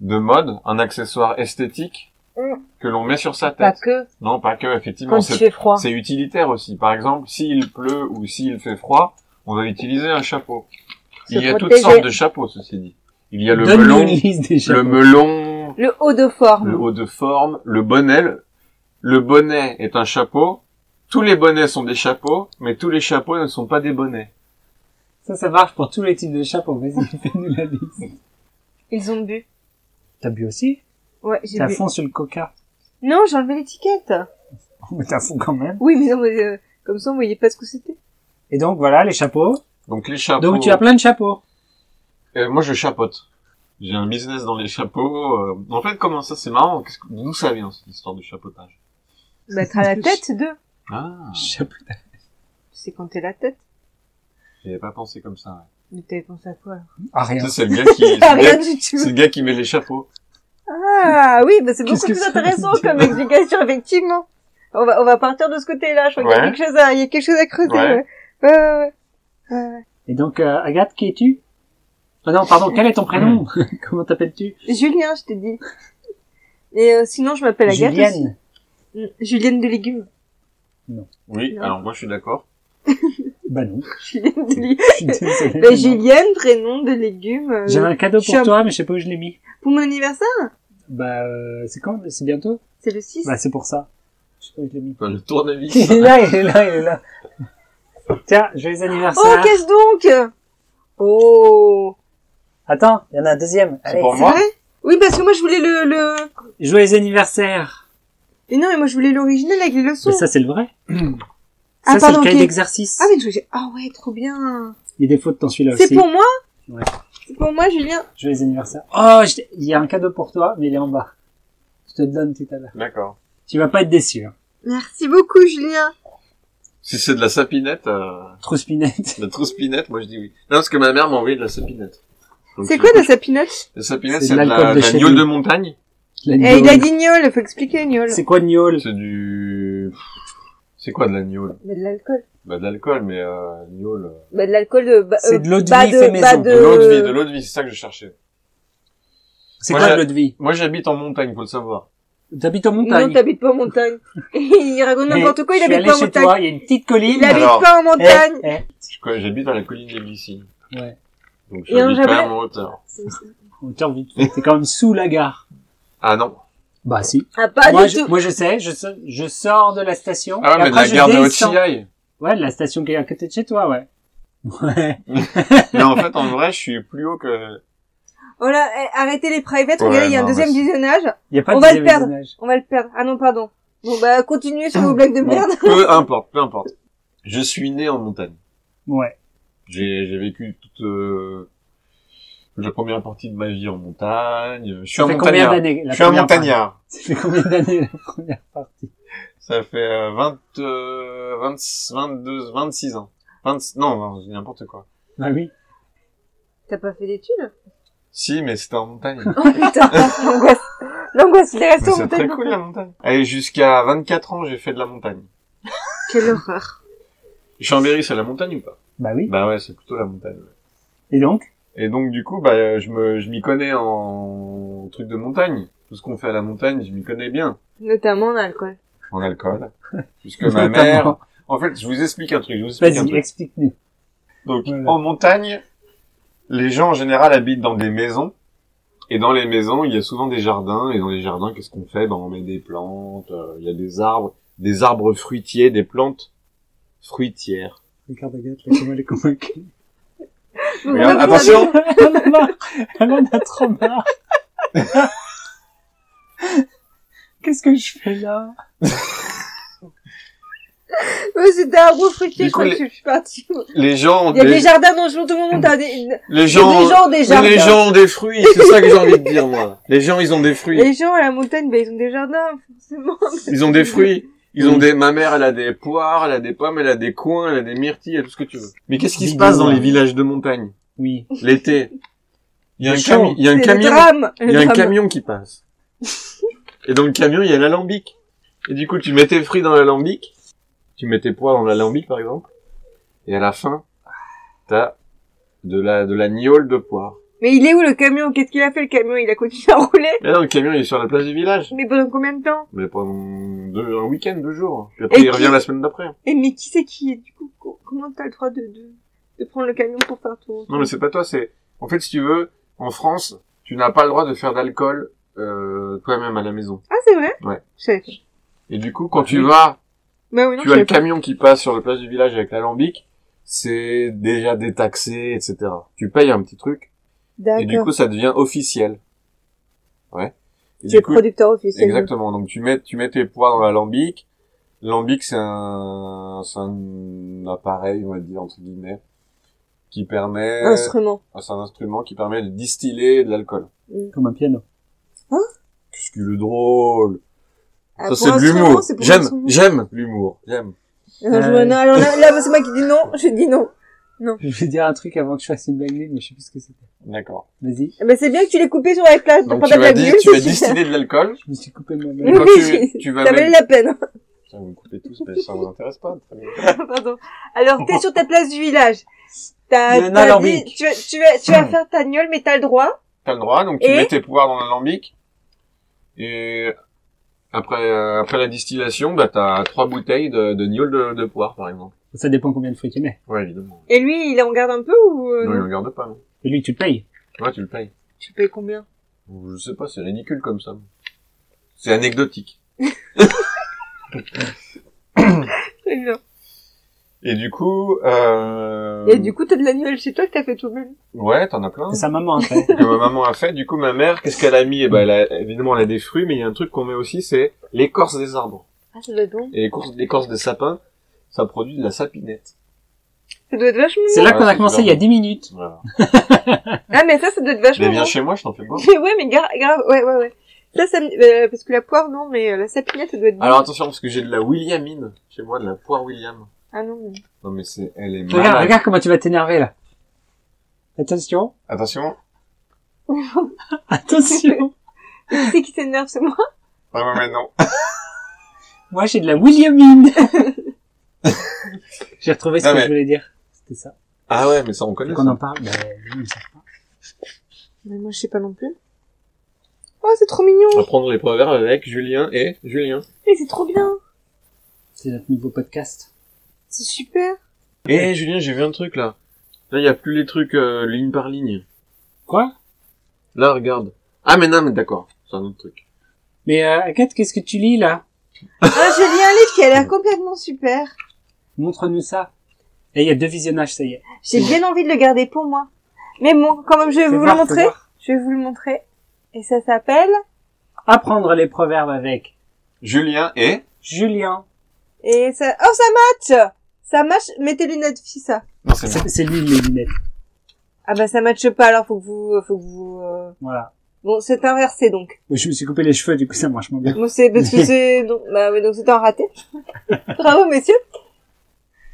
[SPEAKER 1] de mode, un accessoire esthétique
[SPEAKER 2] Mm.
[SPEAKER 1] que l'on met sur sa
[SPEAKER 2] Pas
[SPEAKER 1] tête.
[SPEAKER 2] que
[SPEAKER 1] Non, pas que
[SPEAKER 2] quand
[SPEAKER 1] effectivement,
[SPEAKER 2] il
[SPEAKER 1] c'est
[SPEAKER 2] fait froid.
[SPEAKER 1] C'est utilitaire aussi. Par exemple, s'il pleut ou s'il fait froid, on va utiliser un chapeau.
[SPEAKER 4] Se
[SPEAKER 1] Il y a toutes
[SPEAKER 4] protéger.
[SPEAKER 1] sortes de chapeaux, ceci dit. Il y a le
[SPEAKER 3] Donne-nous
[SPEAKER 1] melon,
[SPEAKER 3] une liste des chapeaux.
[SPEAKER 1] le melon,
[SPEAKER 2] Le haut de forme.
[SPEAKER 3] Oh.
[SPEAKER 1] le haut de forme, le bonnet. Le- Le bonnet est un chapeau. Tous les bonnets sont des chapeaux, mais tous les chapeaux ne sont pas des bonnets.
[SPEAKER 3] Ça, ça marche pour tous les types de chapeaux. Vas-y, fais-nous la liste.
[SPEAKER 2] Ils ont bu.
[SPEAKER 3] T'as bu aussi
[SPEAKER 2] Ouais, j'ai
[SPEAKER 3] T'as
[SPEAKER 2] bu.
[SPEAKER 3] fond sur le coca.
[SPEAKER 2] Non, j'ai enlevé l'étiquette.
[SPEAKER 3] Mais t'as fond quand même.
[SPEAKER 2] Oui, mais non, mais euh, comme ça, on voyait pas ce que c'était.
[SPEAKER 3] Et donc voilà, les chapeaux.
[SPEAKER 1] Donc les chapeaux.
[SPEAKER 3] Donc tu as plein de chapeaux.
[SPEAKER 1] Euh, moi je chapote. J'ai un business dans les chapeaux. euh. En fait, comment ça C'est marrant. Qu'est-ce que- D'où ça vient cette histoire de chapeautage
[SPEAKER 2] Mettre à la tête de.
[SPEAKER 1] Ah,
[SPEAKER 3] Chapeaux.
[SPEAKER 2] C'est quand t'es la tête.
[SPEAKER 1] j'y avais pas pensé comme ça. ouais.
[SPEAKER 2] Mais t'avais pensé à quoi alors
[SPEAKER 3] Ah rien.
[SPEAKER 1] Tu sais, c'est le gars qui. c'est
[SPEAKER 2] Ah,
[SPEAKER 1] le gars-
[SPEAKER 2] Rien du tout.
[SPEAKER 1] C'est le gars qui met les chapeaux.
[SPEAKER 2] Ah oui, bah c'est beaucoup
[SPEAKER 3] Qu'est-ce que
[SPEAKER 2] plus
[SPEAKER 3] ça veut
[SPEAKER 2] intéressant
[SPEAKER 3] dire
[SPEAKER 2] comme explication, effectivement. On va, on va partir de ce côté-là. Je crois qu'il y a
[SPEAKER 1] Ouais.
[SPEAKER 2] quelque chose à, il y a quelque chose à creuser.
[SPEAKER 1] Ouais.
[SPEAKER 2] ouais. Ouais, ouais, ouais. Ouais, ouais.
[SPEAKER 3] Et donc euh, Agathe, qui es-tu Ah non, pardon, quel est ton prénom Comment t'appelles-tu
[SPEAKER 2] Julien, je t'ai dit. Et euh, sinon, je m'appelle Agathe. aussi.
[SPEAKER 3] Julienne.
[SPEAKER 2] Mm, Julienne de légumes.
[SPEAKER 1] Oui,
[SPEAKER 2] Non.
[SPEAKER 1] alors moi je suis d'accord.
[SPEAKER 3] Bah non.
[SPEAKER 2] Julienne de légumes.
[SPEAKER 3] Je suis désolé.
[SPEAKER 2] Bah,
[SPEAKER 3] non.
[SPEAKER 2] Julienne, prénom de légumes. euh,
[SPEAKER 3] J'avais un cadeau
[SPEAKER 2] je suis
[SPEAKER 3] pour
[SPEAKER 2] un-
[SPEAKER 3] toi, mais je sais pas où je l'ai mis.
[SPEAKER 2] Pour mon anniversaire,
[SPEAKER 3] Bah euh, c'est quand C'est bientôt
[SPEAKER 2] c'est le 6.
[SPEAKER 3] Bah c'est pour ça. Je sais pas où je l'ai mis.
[SPEAKER 1] Enfin, le tournevis.
[SPEAKER 3] Il est là, il est là, il est là. Tiens, joyeux anniversaire.
[SPEAKER 2] oh, qu'est-ce donc Oh
[SPEAKER 3] Attends, il y en a un deuxième.
[SPEAKER 1] C'est
[SPEAKER 3] Allez.
[SPEAKER 1] pour
[SPEAKER 2] C'est
[SPEAKER 1] moi
[SPEAKER 2] vrai Oui, parce que moi, je voulais le... le...
[SPEAKER 3] Joyeux anniversaire.
[SPEAKER 2] Mais non, mais moi, je voulais l'original avec les leçons.
[SPEAKER 3] Mais ça c'est le vrai.
[SPEAKER 2] Ah,
[SPEAKER 3] ça c'est
[SPEAKER 2] pardon,
[SPEAKER 3] le cahier
[SPEAKER 2] ok.
[SPEAKER 3] d'exercice.
[SPEAKER 2] Ah, mais je Ah ouais, trop bien
[SPEAKER 3] Il y a des fautes dans celui-là
[SPEAKER 2] C'est
[SPEAKER 3] aussi.
[SPEAKER 2] pour moi
[SPEAKER 3] Ouais.
[SPEAKER 2] C'est pour moi, Julien.
[SPEAKER 3] Joyeux anniversaire. Oh, je t'ai- il y a un cadeau pour toi, mais il est en bas. Je te le donne tout à l'heure.
[SPEAKER 1] D'accord.
[SPEAKER 3] Tu vas pas être déçu. Hein.
[SPEAKER 2] Merci beaucoup, Julien.
[SPEAKER 1] Si c'est de la sapinette, euh,
[SPEAKER 3] Trouspinette.
[SPEAKER 1] de la trouspinette, moi je dis oui. Non, parce que ma mère m'a envoyé de la sapinette. Donc,
[SPEAKER 2] C'est
[SPEAKER 1] tu-
[SPEAKER 2] quoi de sa pinoche
[SPEAKER 1] La sapinette,
[SPEAKER 3] C'est
[SPEAKER 1] c'est
[SPEAKER 3] de
[SPEAKER 1] de
[SPEAKER 3] l'alcool
[SPEAKER 1] la,
[SPEAKER 3] de
[SPEAKER 1] de la
[SPEAKER 3] chez
[SPEAKER 1] gnôle
[SPEAKER 3] nous.
[SPEAKER 1] de montagne.
[SPEAKER 3] La
[SPEAKER 2] Eh, il a
[SPEAKER 3] gnôle.
[SPEAKER 2] dit gnôle, faut expliquer gnôle.
[SPEAKER 3] C'est quoi gnôle
[SPEAKER 1] C'est du... C'est quoi de la gnôle
[SPEAKER 4] Bah, de l'alcool.
[SPEAKER 1] Bah de l'alcool, mais euh, gnôle... euh,
[SPEAKER 2] Bah, de l'alcool de, bah,
[SPEAKER 5] C'est de l'eau de
[SPEAKER 2] bas
[SPEAKER 5] vie fait maison.
[SPEAKER 2] bas
[SPEAKER 1] De l'eau de vie, de l'eau de vie, c'est ça que je cherchais.
[SPEAKER 5] C'est
[SPEAKER 1] Moi,
[SPEAKER 5] quoi
[SPEAKER 1] j'ai-
[SPEAKER 5] l'eau de vie
[SPEAKER 1] Moi j'habite en montagne, faut le savoir.
[SPEAKER 3] T'habites en montagne.
[SPEAKER 2] Non, t'habites pas en montagne. il raconte
[SPEAKER 3] Mais
[SPEAKER 2] n'importe quoi, il
[SPEAKER 3] je suis
[SPEAKER 2] habite
[SPEAKER 3] allé
[SPEAKER 2] pas en
[SPEAKER 3] chez
[SPEAKER 2] montagne.
[SPEAKER 3] toi, il y a une petite colline.
[SPEAKER 2] Il habite
[SPEAKER 1] Alors,
[SPEAKER 2] pas en montagne.
[SPEAKER 3] Eh, eh.
[SPEAKER 1] Je connais- J'habite dans la colline des Glycines.
[SPEAKER 3] Ouais.
[SPEAKER 1] Donc
[SPEAKER 2] Et en
[SPEAKER 1] j'habite quand
[SPEAKER 2] Javel
[SPEAKER 1] même en hauteur.
[SPEAKER 3] On tire vite fait. T'es quand même sous la gare.
[SPEAKER 1] Ah non.
[SPEAKER 3] Bah si.
[SPEAKER 2] Ah, pas
[SPEAKER 3] moi,
[SPEAKER 2] du
[SPEAKER 3] je,
[SPEAKER 2] tout.
[SPEAKER 3] moi je sais, je, so- je sors de la station.
[SPEAKER 1] Ah ouais,
[SPEAKER 3] et
[SPEAKER 1] mais de
[SPEAKER 3] après,
[SPEAKER 1] la
[SPEAKER 3] je
[SPEAKER 1] gare de
[SPEAKER 3] descends.
[SPEAKER 1] Haute-Sillaye.
[SPEAKER 3] Ouais, de la station qui est à côté de chez toi, ouais. Ouais.
[SPEAKER 1] Mais en fait, en vrai, je suis plus haut que...
[SPEAKER 2] Voilà, eh, arrêtez les privates,
[SPEAKER 1] Ouais,
[SPEAKER 2] regardez, il y a un
[SPEAKER 1] non,
[SPEAKER 2] deuxième
[SPEAKER 1] mais c'est-
[SPEAKER 2] visionnage.
[SPEAKER 3] Il y a pas
[SPEAKER 2] On
[SPEAKER 3] de
[SPEAKER 2] va le
[SPEAKER 3] deuxième
[SPEAKER 2] perdre.
[SPEAKER 3] étage.
[SPEAKER 2] On va le perdre. Ah non, pardon. Bon, bah, continuez
[SPEAKER 1] Ah,
[SPEAKER 2] sur vos blagues de merde.
[SPEAKER 1] Peu importe, peu importe. Je suis né en montagne.
[SPEAKER 3] Ouais.
[SPEAKER 1] J'ai j'ai vécu toute euh, la première partie de ma vie en montagne. Je suis
[SPEAKER 3] Ça
[SPEAKER 1] un
[SPEAKER 3] fait combien
[SPEAKER 1] montagnard.
[SPEAKER 3] d'années la
[SPEAKER 1] Je suis un
[SPEAKER 3] première
[SPEAKER 1] montagnard.
[SPEAKER 3] partie Ça fait combien d'années la première partie
[SPEAKER 1] Ça fait euh, 20, euh, 20, 22, 26 ans. 20, non, non, je dis n'importe quoi.
[SPEAKER 3] Bah oui.
[SPEAKER 2] T'as pas fait d'études?
[SPEAKER 1] Si, mais c'était en montagne.
[SPEAKER 2] Oh putain, l'angoisse. L'angoisse, il est
[SPEAKER 1] Mais
[SPEAKER 2] resté en
[SPEAKER 1] c'est très
[SPEAKER 2] montagne.
[SPEAKER 1] cool la montagne. Allez, jusqu'à 24 ans, j'ai fait de la montagne.
[SPEAKER 2] Quelle horreur.
[SPEAKER 1] Chambéry, c'est la montagne ou pas
[SPEAKER 3] Bah oui.
[SPEAKER 1] Bah ouais, c'est plutôt la montagne.
[SPEAKER 3] Et donc
[SPEAKER 1] Et donc du coup, bah, euh, je me, je m'y connais en truc de montagne. Tout ce qu'on fait à la montagne, je m'y connais bien.
[SPEAKER 2] Notamment en alcool.
[SPEAKER 1] En alcool. Puisque ma mère, En fait, je vous explique un truc. Je vous explique un
[SPEAKER 3] Vas-y,
[SPEAKER 1] truc.
[SPEAKER 3] explique-nous.
[SPEAKER 1] Donc,
[SPEAKER 3] Voilà.
[SPEAKER 1] en montagne, les gens en général habitent dans des maisons. Et dans les maisons, il y a souvent des jardins. Et dans les jardins, qu'est-ce qu'on fait ben, On met des plantes, euh, il y a des arbres, des arbres fruitiers, des plantes fruitières.
[SPEAKER 3] Regarde Agathe, là, comment elle est convaincue.
[SPEAKER 1] Regarde,
[SPEAKER 2] Vous
[SPEAKER 1] ah, attention
[SPEAKER 3] Elle en a marre. Elle en a trop marre. Qu'est-ce que je fais là
[SPEAKER 2] Euh, C'était un gros fruitier,
[SPEAKER 1] Du
[SPEAKER 2] je crois
[SPEAKER 1] coup,
[SPEAKER 2] que je suis partie.
[SPEAKER 1] Les gens ont
[SPEAKER 2] Il y a
[SPEAKER 1] des,
[SPEAKER 2] des jardins dans le tout le monde. T'as des...
[SPEAKER 1] les
[SPEAKER 2] Il y a
[SPEAKER 1] gens,
[SPEAKER 2] des gens, des jardins.
[SPEAKER 1] les gens ont des fruits, c'est ça que j'ai envie de dire, moi. Les gens, ils ont des fruits.
[SPEAKER 2] Les gens à la montagne, ben, ils ont des jardins, forcément.
[SPEAKER 1] Ils ont des fruits. Ils ont des, ma mère, elle a des poires, elle a des pommes, elle a des coins, elle a des myrtilles, elle a tout ce que tu veux. Mais qu'est-ce qui se passe dans les villages de montagne?
[SPEAKER 3] Oui.
[SPEAKER 1] L'été. Il y a un,
[SPEAKER 3] C'est chaud.
[SPEAKER 1] cami- il y a un
[SPEAKER 2] C'est
[SPEAKER 1] camion.
[SPEAKER 2] Le drame.
[SPEAKER 1] Il y a un camion qui passe. Et dans le camion, il y a l'alambic. Et du coup, tu mets tes fruits dans l'alambic. Tu mets tes pois dans l'alambic, par exemple. Et à la fin, t'as de la, de la gnôle de poire.
[SPEAKER 2] Mais il est où le camion Qu'est-ce qu'il a fait le camion Il a continué à rouler
[SPEAKER 1] Et là, le camion, il est sur la place du village.
[SPEAKER 2] Mais pendant combien de temps
[SPEAKER 1] Mais pendant deux, un week-end, deux jours. Puis après,
[SPEAKER 2] Et
[SPEAKER 1] il
[SPEAKER 2] qui-
[SPEAKER 1] revient la semaine d'après.
[SPEAKER 2] Et Eh, mais qui c'est qui est du coup co- Comment t'as le droit de, de, de prendre le camion pour faire ton...
[SPEAKER 1] Non, mais c'est pas toi, c'est, en fait, si tu veux, en France, tu n'as pas le droit de faire d'alcool, euh, toi-même à la maison.
[SPEAKER 2] Ah c'est vrai
[SPEAKER 1] Ouais.
[SPEAKER 2] Je savais pas.
[SPEAKER 1] Et du coup, quand tu vas
[SPEAKER 2] Bah oui, non,
[SPEAKER 1] tu
[SPEAKER 2] je
[SPEAKER 1] as le
[SPEAKER 2] savais pas.
[SPEAKER 1] camion qui passe sur la place du village avec l'alambic, c'est déjà détaxé, etc. Tu payes un petit truc, et du
[SPEAKER 2] D'accord.
[SPEAKER 1] coup, ça devient officiel. Ouais. Et
[SPEAKER 2] Tu es producteur officiel.
[SPEAKER 1] exactement. Donc, tu mets, tu mets tes poids dans l'alambic. L'alambic, c'est un, c'est un appareil, on va dire, entre guillemets, qui permet, ah,
[SPEAKER 2] Instrument.
[SPEAKER 1] c'est un instrument qui permet de distiller de l'alcool.
[SPEAKER 3] Comme un piano.
[SPEAKER 1] Qu'est-ce que le drôle!
[SPEAKER 2] Ah,
[SPEAKER 1] Ça,
[SPEAKER 2] pour
[SPEAKER 1] c'est de
[SPEAKER 2] instrument,
[SPEAKER 1] l'humour.
[SPEAKER 2] c'est pour
[SPEAKER 1] J'aime,
[SPEAKER 2] instrument.
[SPEAKER 1] j'aime l'humour. J'aime. euh,
[SPEAKER 2] Non, je vois- non, alors là, là, c'est moi qui dis non, je dis non.
[SPEAKER 3] Je vais dire un truc avant que je fasse une blague nulle, mais je sais plus ce que c'était.
[SPEAKER 1] D'accord.
[SPEAKER 3] Vas-y.
[SPEAKER 2] Eh Ben, c'est bien que tu l'aies coupé sur la plage
[SPEAKER 1] Donc,
[SPEAKER 2] pendant
[SPEAKER 1] tu
[SPEAKER 2] la
[SPEAKER 1] vas, dis-
[SPEAKER 2] gueule,
[SPEAKER 1] tu vas
[SPEAKER 2] c'est super.
[SPEAKER 1] distiller de l'alcool.
[SPEAKER 3] Je me suis coupé moi-même.
[SPEAKER 1] Et quand
[SPEAKER 2] Oui,
[SPEAKER 1] tu- tu vas
[SPEAKER 2] ça
[SPEAKER 1] mettre-
[SPEAKER 2] valait la peine.
[SPEAKER 1] Ça vous me coupez tous, mais ça vous intéresse pas. très bien.
[SPEAKER 2] Pardon. Alors, t'es sur ta place du village.
[SPEAKER 3] Le
[SPEAKER 2] T'as, t'as dit,
[SPEAKER 3] Nalambic.
[SPEAKER 2] tu vas, tu vas, tu vas
[SPEAKER 1] Hmm.
[SPEAKER 2] faire ta gnôle, mais t'as le droit.
[SPEAKER 1] T'as le droit, donc tu
[SPEAKER 2] Et
[SPEAKER 1] mets tes pouvoirs dans l'alambic. Et après, euh, après la distillation, bah, t'as trois bouteilles de, de gnôle de, de poire, par exemple.
[SPEAKER 3] Ça dépend combien de fruits tu mets.
[SPEAKER 1] Ouais, évidemment.
[SPEAKER 2] Et lui, il en garde un peu ou, euh,
[SPEAKER 1] Non, il
[SPEAKER 2] non
[SPEAKER 1] en garde pas, non.
[SPEAKER 3] Et lui, tu le payes.
[SPEAKER 1] Ouais, tu le payes.
[SPEAKER 2] Tu payes combien?
[SPEAKER 1] Je sais pas, c'est ridicule comme ça. C'est anecdotique.
[SPEAKER 2] Très bien.
[SPEAKER 1] Et du coup, euh...
[SPEAKER 2] Et du coup, t'as de la gnôle chez toi que t'as fait tout le
[SPEAKER 1] Ouais, t'en as plein.
[SPEAKER 3] C'est sa maman après.
[SPEAKER 1] que ma maman a fait. Du coup, ma mère, qu'est-ce qu'elle a mis? Eh ben, elle a, évidemment, elle a des fruits, mais il y a un truc qu'on met aussi, c'est l'écorce des arbres.
[SPEAKER 2] Ah, ça doit être bon.
[SPEAKER 1] Et l'écorce- l'écorce des sapins, ça produit de la sapinette.
[SPEAKER 2] Ça doit être vachement
[SPEAKER 3] C'est là
[SPEAKER 1] Ouais,
[SPEAKER 3] qu'on a
[SPEAKER 1] c'est
[SPEAKER 3] commencé il y a
[SPEAKER 1] clair.
[SPEAKER 3] 10 minutes.
[SPEAKER 1] Voilà.
[SPEAKER 2] bon. Ah, mais ça, ça doit être vachement
[SPEAKER 1] Mais viens
[SPEAKER 2] bon.
[SPEAKER 1] chez moi, je t'en fais boire.
[SPEAKER 2] Mais ouais, mais grave, grave, ouais, ouais, ouais. Ça, ça, me- euh, parce que la poire, non, mais euh, la sapinette, ça doit être bon.
[SPEAKER 1] Alors attention, parce que j'ai de la Williamine chez moi, de la poire William.
[SPEAKER 2] Ah non. mais-
[SPEAKER 1] Non mais c'est, elle est malade.
[SPEAKER 3] Regarde, regarde comment tu vas t'énerver là. Attention.
[SPEAKER 1] Attention,
[SPEAKER 3] Attention.
[SPEAKER 2] Qui c'est qui s'énerve, c'est moi.
[SPEAKER 1] pas moi maintenant.
[SPEAKER 3] Moi, j'ai de la Williamine. J'ai retrouvé ce
[SPEAKER 1] Non,
[SPEAKER 3] que
[SPEAKER 1] mais-
[SPEAKER 3] je voulais dire. C'était ça.
[SPEAKER 1] Ah ouais, mais ça on
[SPEAKER 3] Faut
[SPEAKER 1] connaît.
[SPEAKER 3] Qu'on
[SPEAKER 1] ça.
[SPEAKER 3] en parle. Bah, non, ils savent pas.
[SPEAKER 2] Mais moi, je sais pas non plus. Oh, c'est trop mignon.
[SPEAKER 3] Ah.
[SPEAKER 1] On va prendre les proverbes avec Julien et Julien.
[SPEAKER 2] Et c'est trop bien.
[SPEAKER 3] C'est notre nouveau podcast.
[SPEAKER 2] C'est super.
[SPEAKER 1] Eh Julien, j'ai vu un truc là. Là, il y a plus les trucs euh, ligne par ligne.
[SPEAKER 3] Quoi
[SPEAKER 1] Là, regarde. Ah mais non, mais d'accord, c'est un autre truc.
[SPEAKER 3] Mais euh, Agathe, qu'est-ce que tu lis là
[SPEAKER 2] Ah, j'ai lu un livre qui a l'air complètement super.
[SPEAKER 3] Montre-nous ça. Et il y a deux visionnages, ça y est.
[SPEAKER 2] J'ai bien envie de le garder pour moi. Mais bon, quand même, je vais
[SPEAKER 3] Fais
[SPEAKER 2] vous le
[SPEAKER 3] voir, fais
[SPEAKER 2] montrer.
[SPEAKER 3] voir.
[SPEAKER 2] Je vais vous le montrer. Et ça s'appelle
[SPEAKER 3] Apprendre les proverbes avec
[SPEAKER 1] Julien et
[SPEAKER 3] Julien.
[SPEAKER 2] et ça oh ça match. Ça match. Mettez les lunettes, fille ça.
[SPEAKER 1] Non, c'est moi.
[SPEAKER 3] C'est c'est lui les lunettes.
[SPEAKER 2] Ah bah ça matche pas alors faut que vous faut que vous euh,
[SPEAKER 3] Voilà.
[SPEAKER 2] bon c'est inversé donc.
[SPEAKER 3] Je me suis coupé les cheveux, du coup ça marche moins bien.
[SPEAKER 2] Bon c'est parce que c'est donc bah oui donc c'est un raté. Bravo messieurs.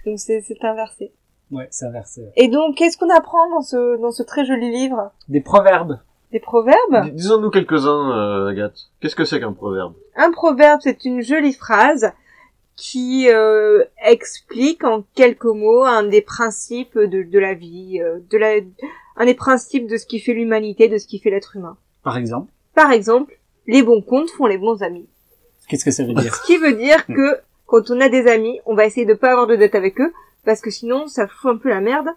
[SPEAKER 2] Donc c'est c'est inversé.
[SPEAKER 3] Ouais, c'est inversé.
[SPEAKER 2] Et donc qu'est-ce qu'on apprend dans ce dans ce très joli livre
[SPEAKER 3] Des proverbes.
[SPEAKER 2] des proverbes
[SPEAKER 1] Dis- Disons-nous quelques-uns, euh, Agathe. Qu'est-ce que c'est qu'un proverbe
[SPEAKER 2] Un proverbe c'est une jolie phrase qui euh, explique en quelques mots un des principes de de la vie, euh, de la un des principes de ce qui fait l'humanité, de ce qui fait l'être humain.
[SPEAKER 3] Par exemple,
[SPEAKER 2] Par exemple, les bons comptes font les bons amis.
[SPEAKER 3] qu'est-ce que ça veut dire
[SPEAKER 2] Ce qui veut dire
[SPEAKER 1] Hmm.
[SPEAKER 2] que quand on a des amis, on va essayer de pas avoir de dette avec eux, parce que sinon ça fout un peu la merde,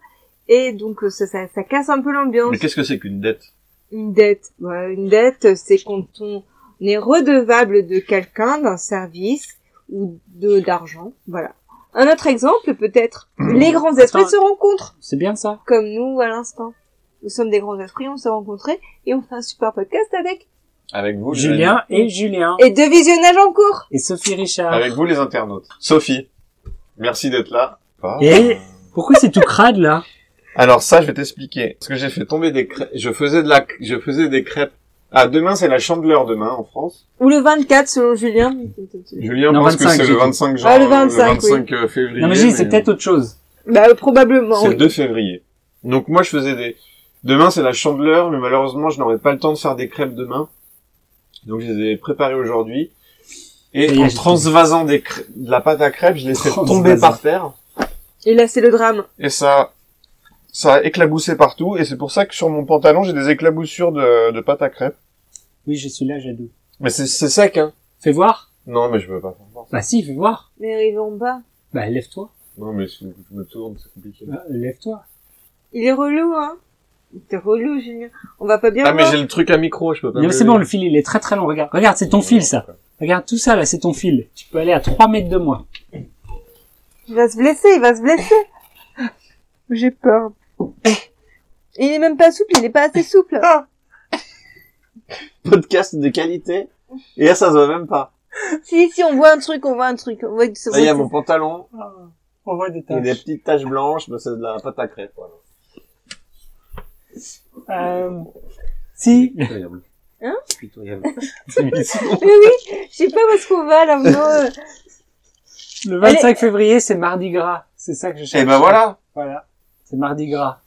[SPEAKER 2] et donc euh, ça, ça, ça casse un peu l'ambiance.
[SPEAKER 1] Mais qu'est-ce que c'est qu'une dette
[SPEAKER 2] Une dette, Bah, une dette, c'est quand on est redevable de quelqu'un, d'un service ou de d'argent, voilà. Un autre exemple peut-être,
[SPEAKER 1] Hmm.
[SPEAKER 2] les grands esprits
[SPEAKER 3] Attends.
[SPEAKER 2] se rencontrent,
[SPEAKER 3] C'est bien ça
[SPEAKER 2] comme nous à l'instant. Nous sommes des grands esprits, on s'est rencontrés et on fait un super podcast avec.
[SPEAKER 1] Avec vous, les amis.
[SPEAKER 3] Julien et Julien.
[SPEAKER 2] Et deux visionnages en cours.
[SPEAKER 3] Et Sophie Richard.
[SPEAKER 1] Avec vous, les internautes. Sophie, merci d'être là. Ah.
[SPEAKER 3] Et- Pourquoi c'est tout crade là
[SPEAKER 1] Alors ça, je vais t'expliquer. Parce que j'ai fait tomber des crêpes. Je faisais de la, je faisais des crêpes. Ah, demain, c'est la chandeleur, demain, en France.
[SPEAKER 2] Ou le 24 selon Julien.
[SPEAKER 1] Hmm. Julien
[SPEAKER 3] Non,
[SPEAKER 1] pense
[SPEAKER 3] 25,
[SPEAKER 1] que c'est
[SPEAKER 3] j'ai
[SPEAKER 1] le
[SPEAKER 3] dit.
[SPEAKER 1] 25
[SPEAKER 2] Ah,
[SPEAKER 1] janvier.
[SPEAKER 2] le 25, oui.
[SPEAKER 1] euh, février.
[SPEAKER 3] Non mais j'ai dit, c'est
[SPEAKER 1] mais-
[SPEAKER 3] peut-être autre chose.
[SPEAKER 2] Bah euh, probablement.
[SPEAKER 1] C'est
[SPEAKER 2] oui.
[SPEAKER 1] le 2 février. Donc moi, je faisais des... Demain, c'est la chandeleur, mais malheureusement, je n'aurai pas le temps de faire des crêpes demain. Donc je les ai préparées aujourd'hui.
[SPEAKER 3] Ça
[SPEAKER 1] Et
[SPEAKER 3] y est,
[SPEAKER 1] en
[SPEAKER 3] j'ai
[SPEAKER 1] transvasant des crê- de la pâte à crêpes, je l'ai fait
[SPEAKER 3] Transvasant.
[SPEAKER 1] tomber par terre.
[SPEAKER 2] Et là c'est le drame.
[SPEAKER 1] Et ça... Ça a éclaboussé partout. Et c'est pour ça que sur mon pantalon, j'ai des éclaboussures de, de pâte à crêpes.
[SPEAKER 3] Oui, je suis là, j'adoue.
[SPEAKER 1] Mais c'est c'est sec, hein
[SPEAKER 3] Fais voir.
[SPEAKER 1] Non, mais je veux pas faire ça.
[SPEAKER 3] Bah si, fais voir.
[SPEAKER 2] Mais arrivé en bas.
[SPEAKER 3] Bah lève-toi.
[SPEAKER 1] Non, mais si je me tourne, c'est compliqué.
[SPEAKER 3] Bah, lève-toi.
[SPEAKER 2] Il est relou hein. T'es relou Julien. On va pas bien.
[SPEAKER 1] Ah, mais
[SPEAKER 2] voir.
[SPEAKER 1] j'ai le truc à micro, je peux pas...
[SPEAKER 3] Non mais
[SPEAKER 1] me
[SPEAKER 3] c'est bon,
[SPEAKER 1] lever.
[SPEAKER 3] le fil il est très très long. Regarde, regarde, c'est ton fil ça. Regarde tout ça là, c'est ton fil. Tu peux aller à 3 mètres de moi.
[SPEAKER 2] Il va se blesser, il va se blesser. j'ai peur. Eh. Il est même pas souple, il est pas assez souple.
[SPEAKER 1] Ah. Podcast de qualité. Et là, ça se voit même pas.
[SPEAKER 2] si si on voit un truc, on voit un truc. On voit que ce-
[SPEAKER 1] Là, il y a mon pantalon
[SPEAKER 3] On voit des
[SPEAKER 1] et des petites taches blanches, mais c'est de la pâte à crêpes. Voilà.
[SPEAKER 3] Euh... Si.
[SPEAKER 1] Pitoyable.
[SPEAKER 2] Hein
[SPEAKER 1] Pitoyable.
[SPEAKER 2] Mais oui, je sais pas où est-ce qu'on va là. euh. moi.
[SPEAKER 3] Le 25 février, c'est Mardi Gras. C'est ça que je cherche.
[SPEAKER 1] Et ben voilà.
[SPEAKER 3] Voilà. C'est Mardi Gras.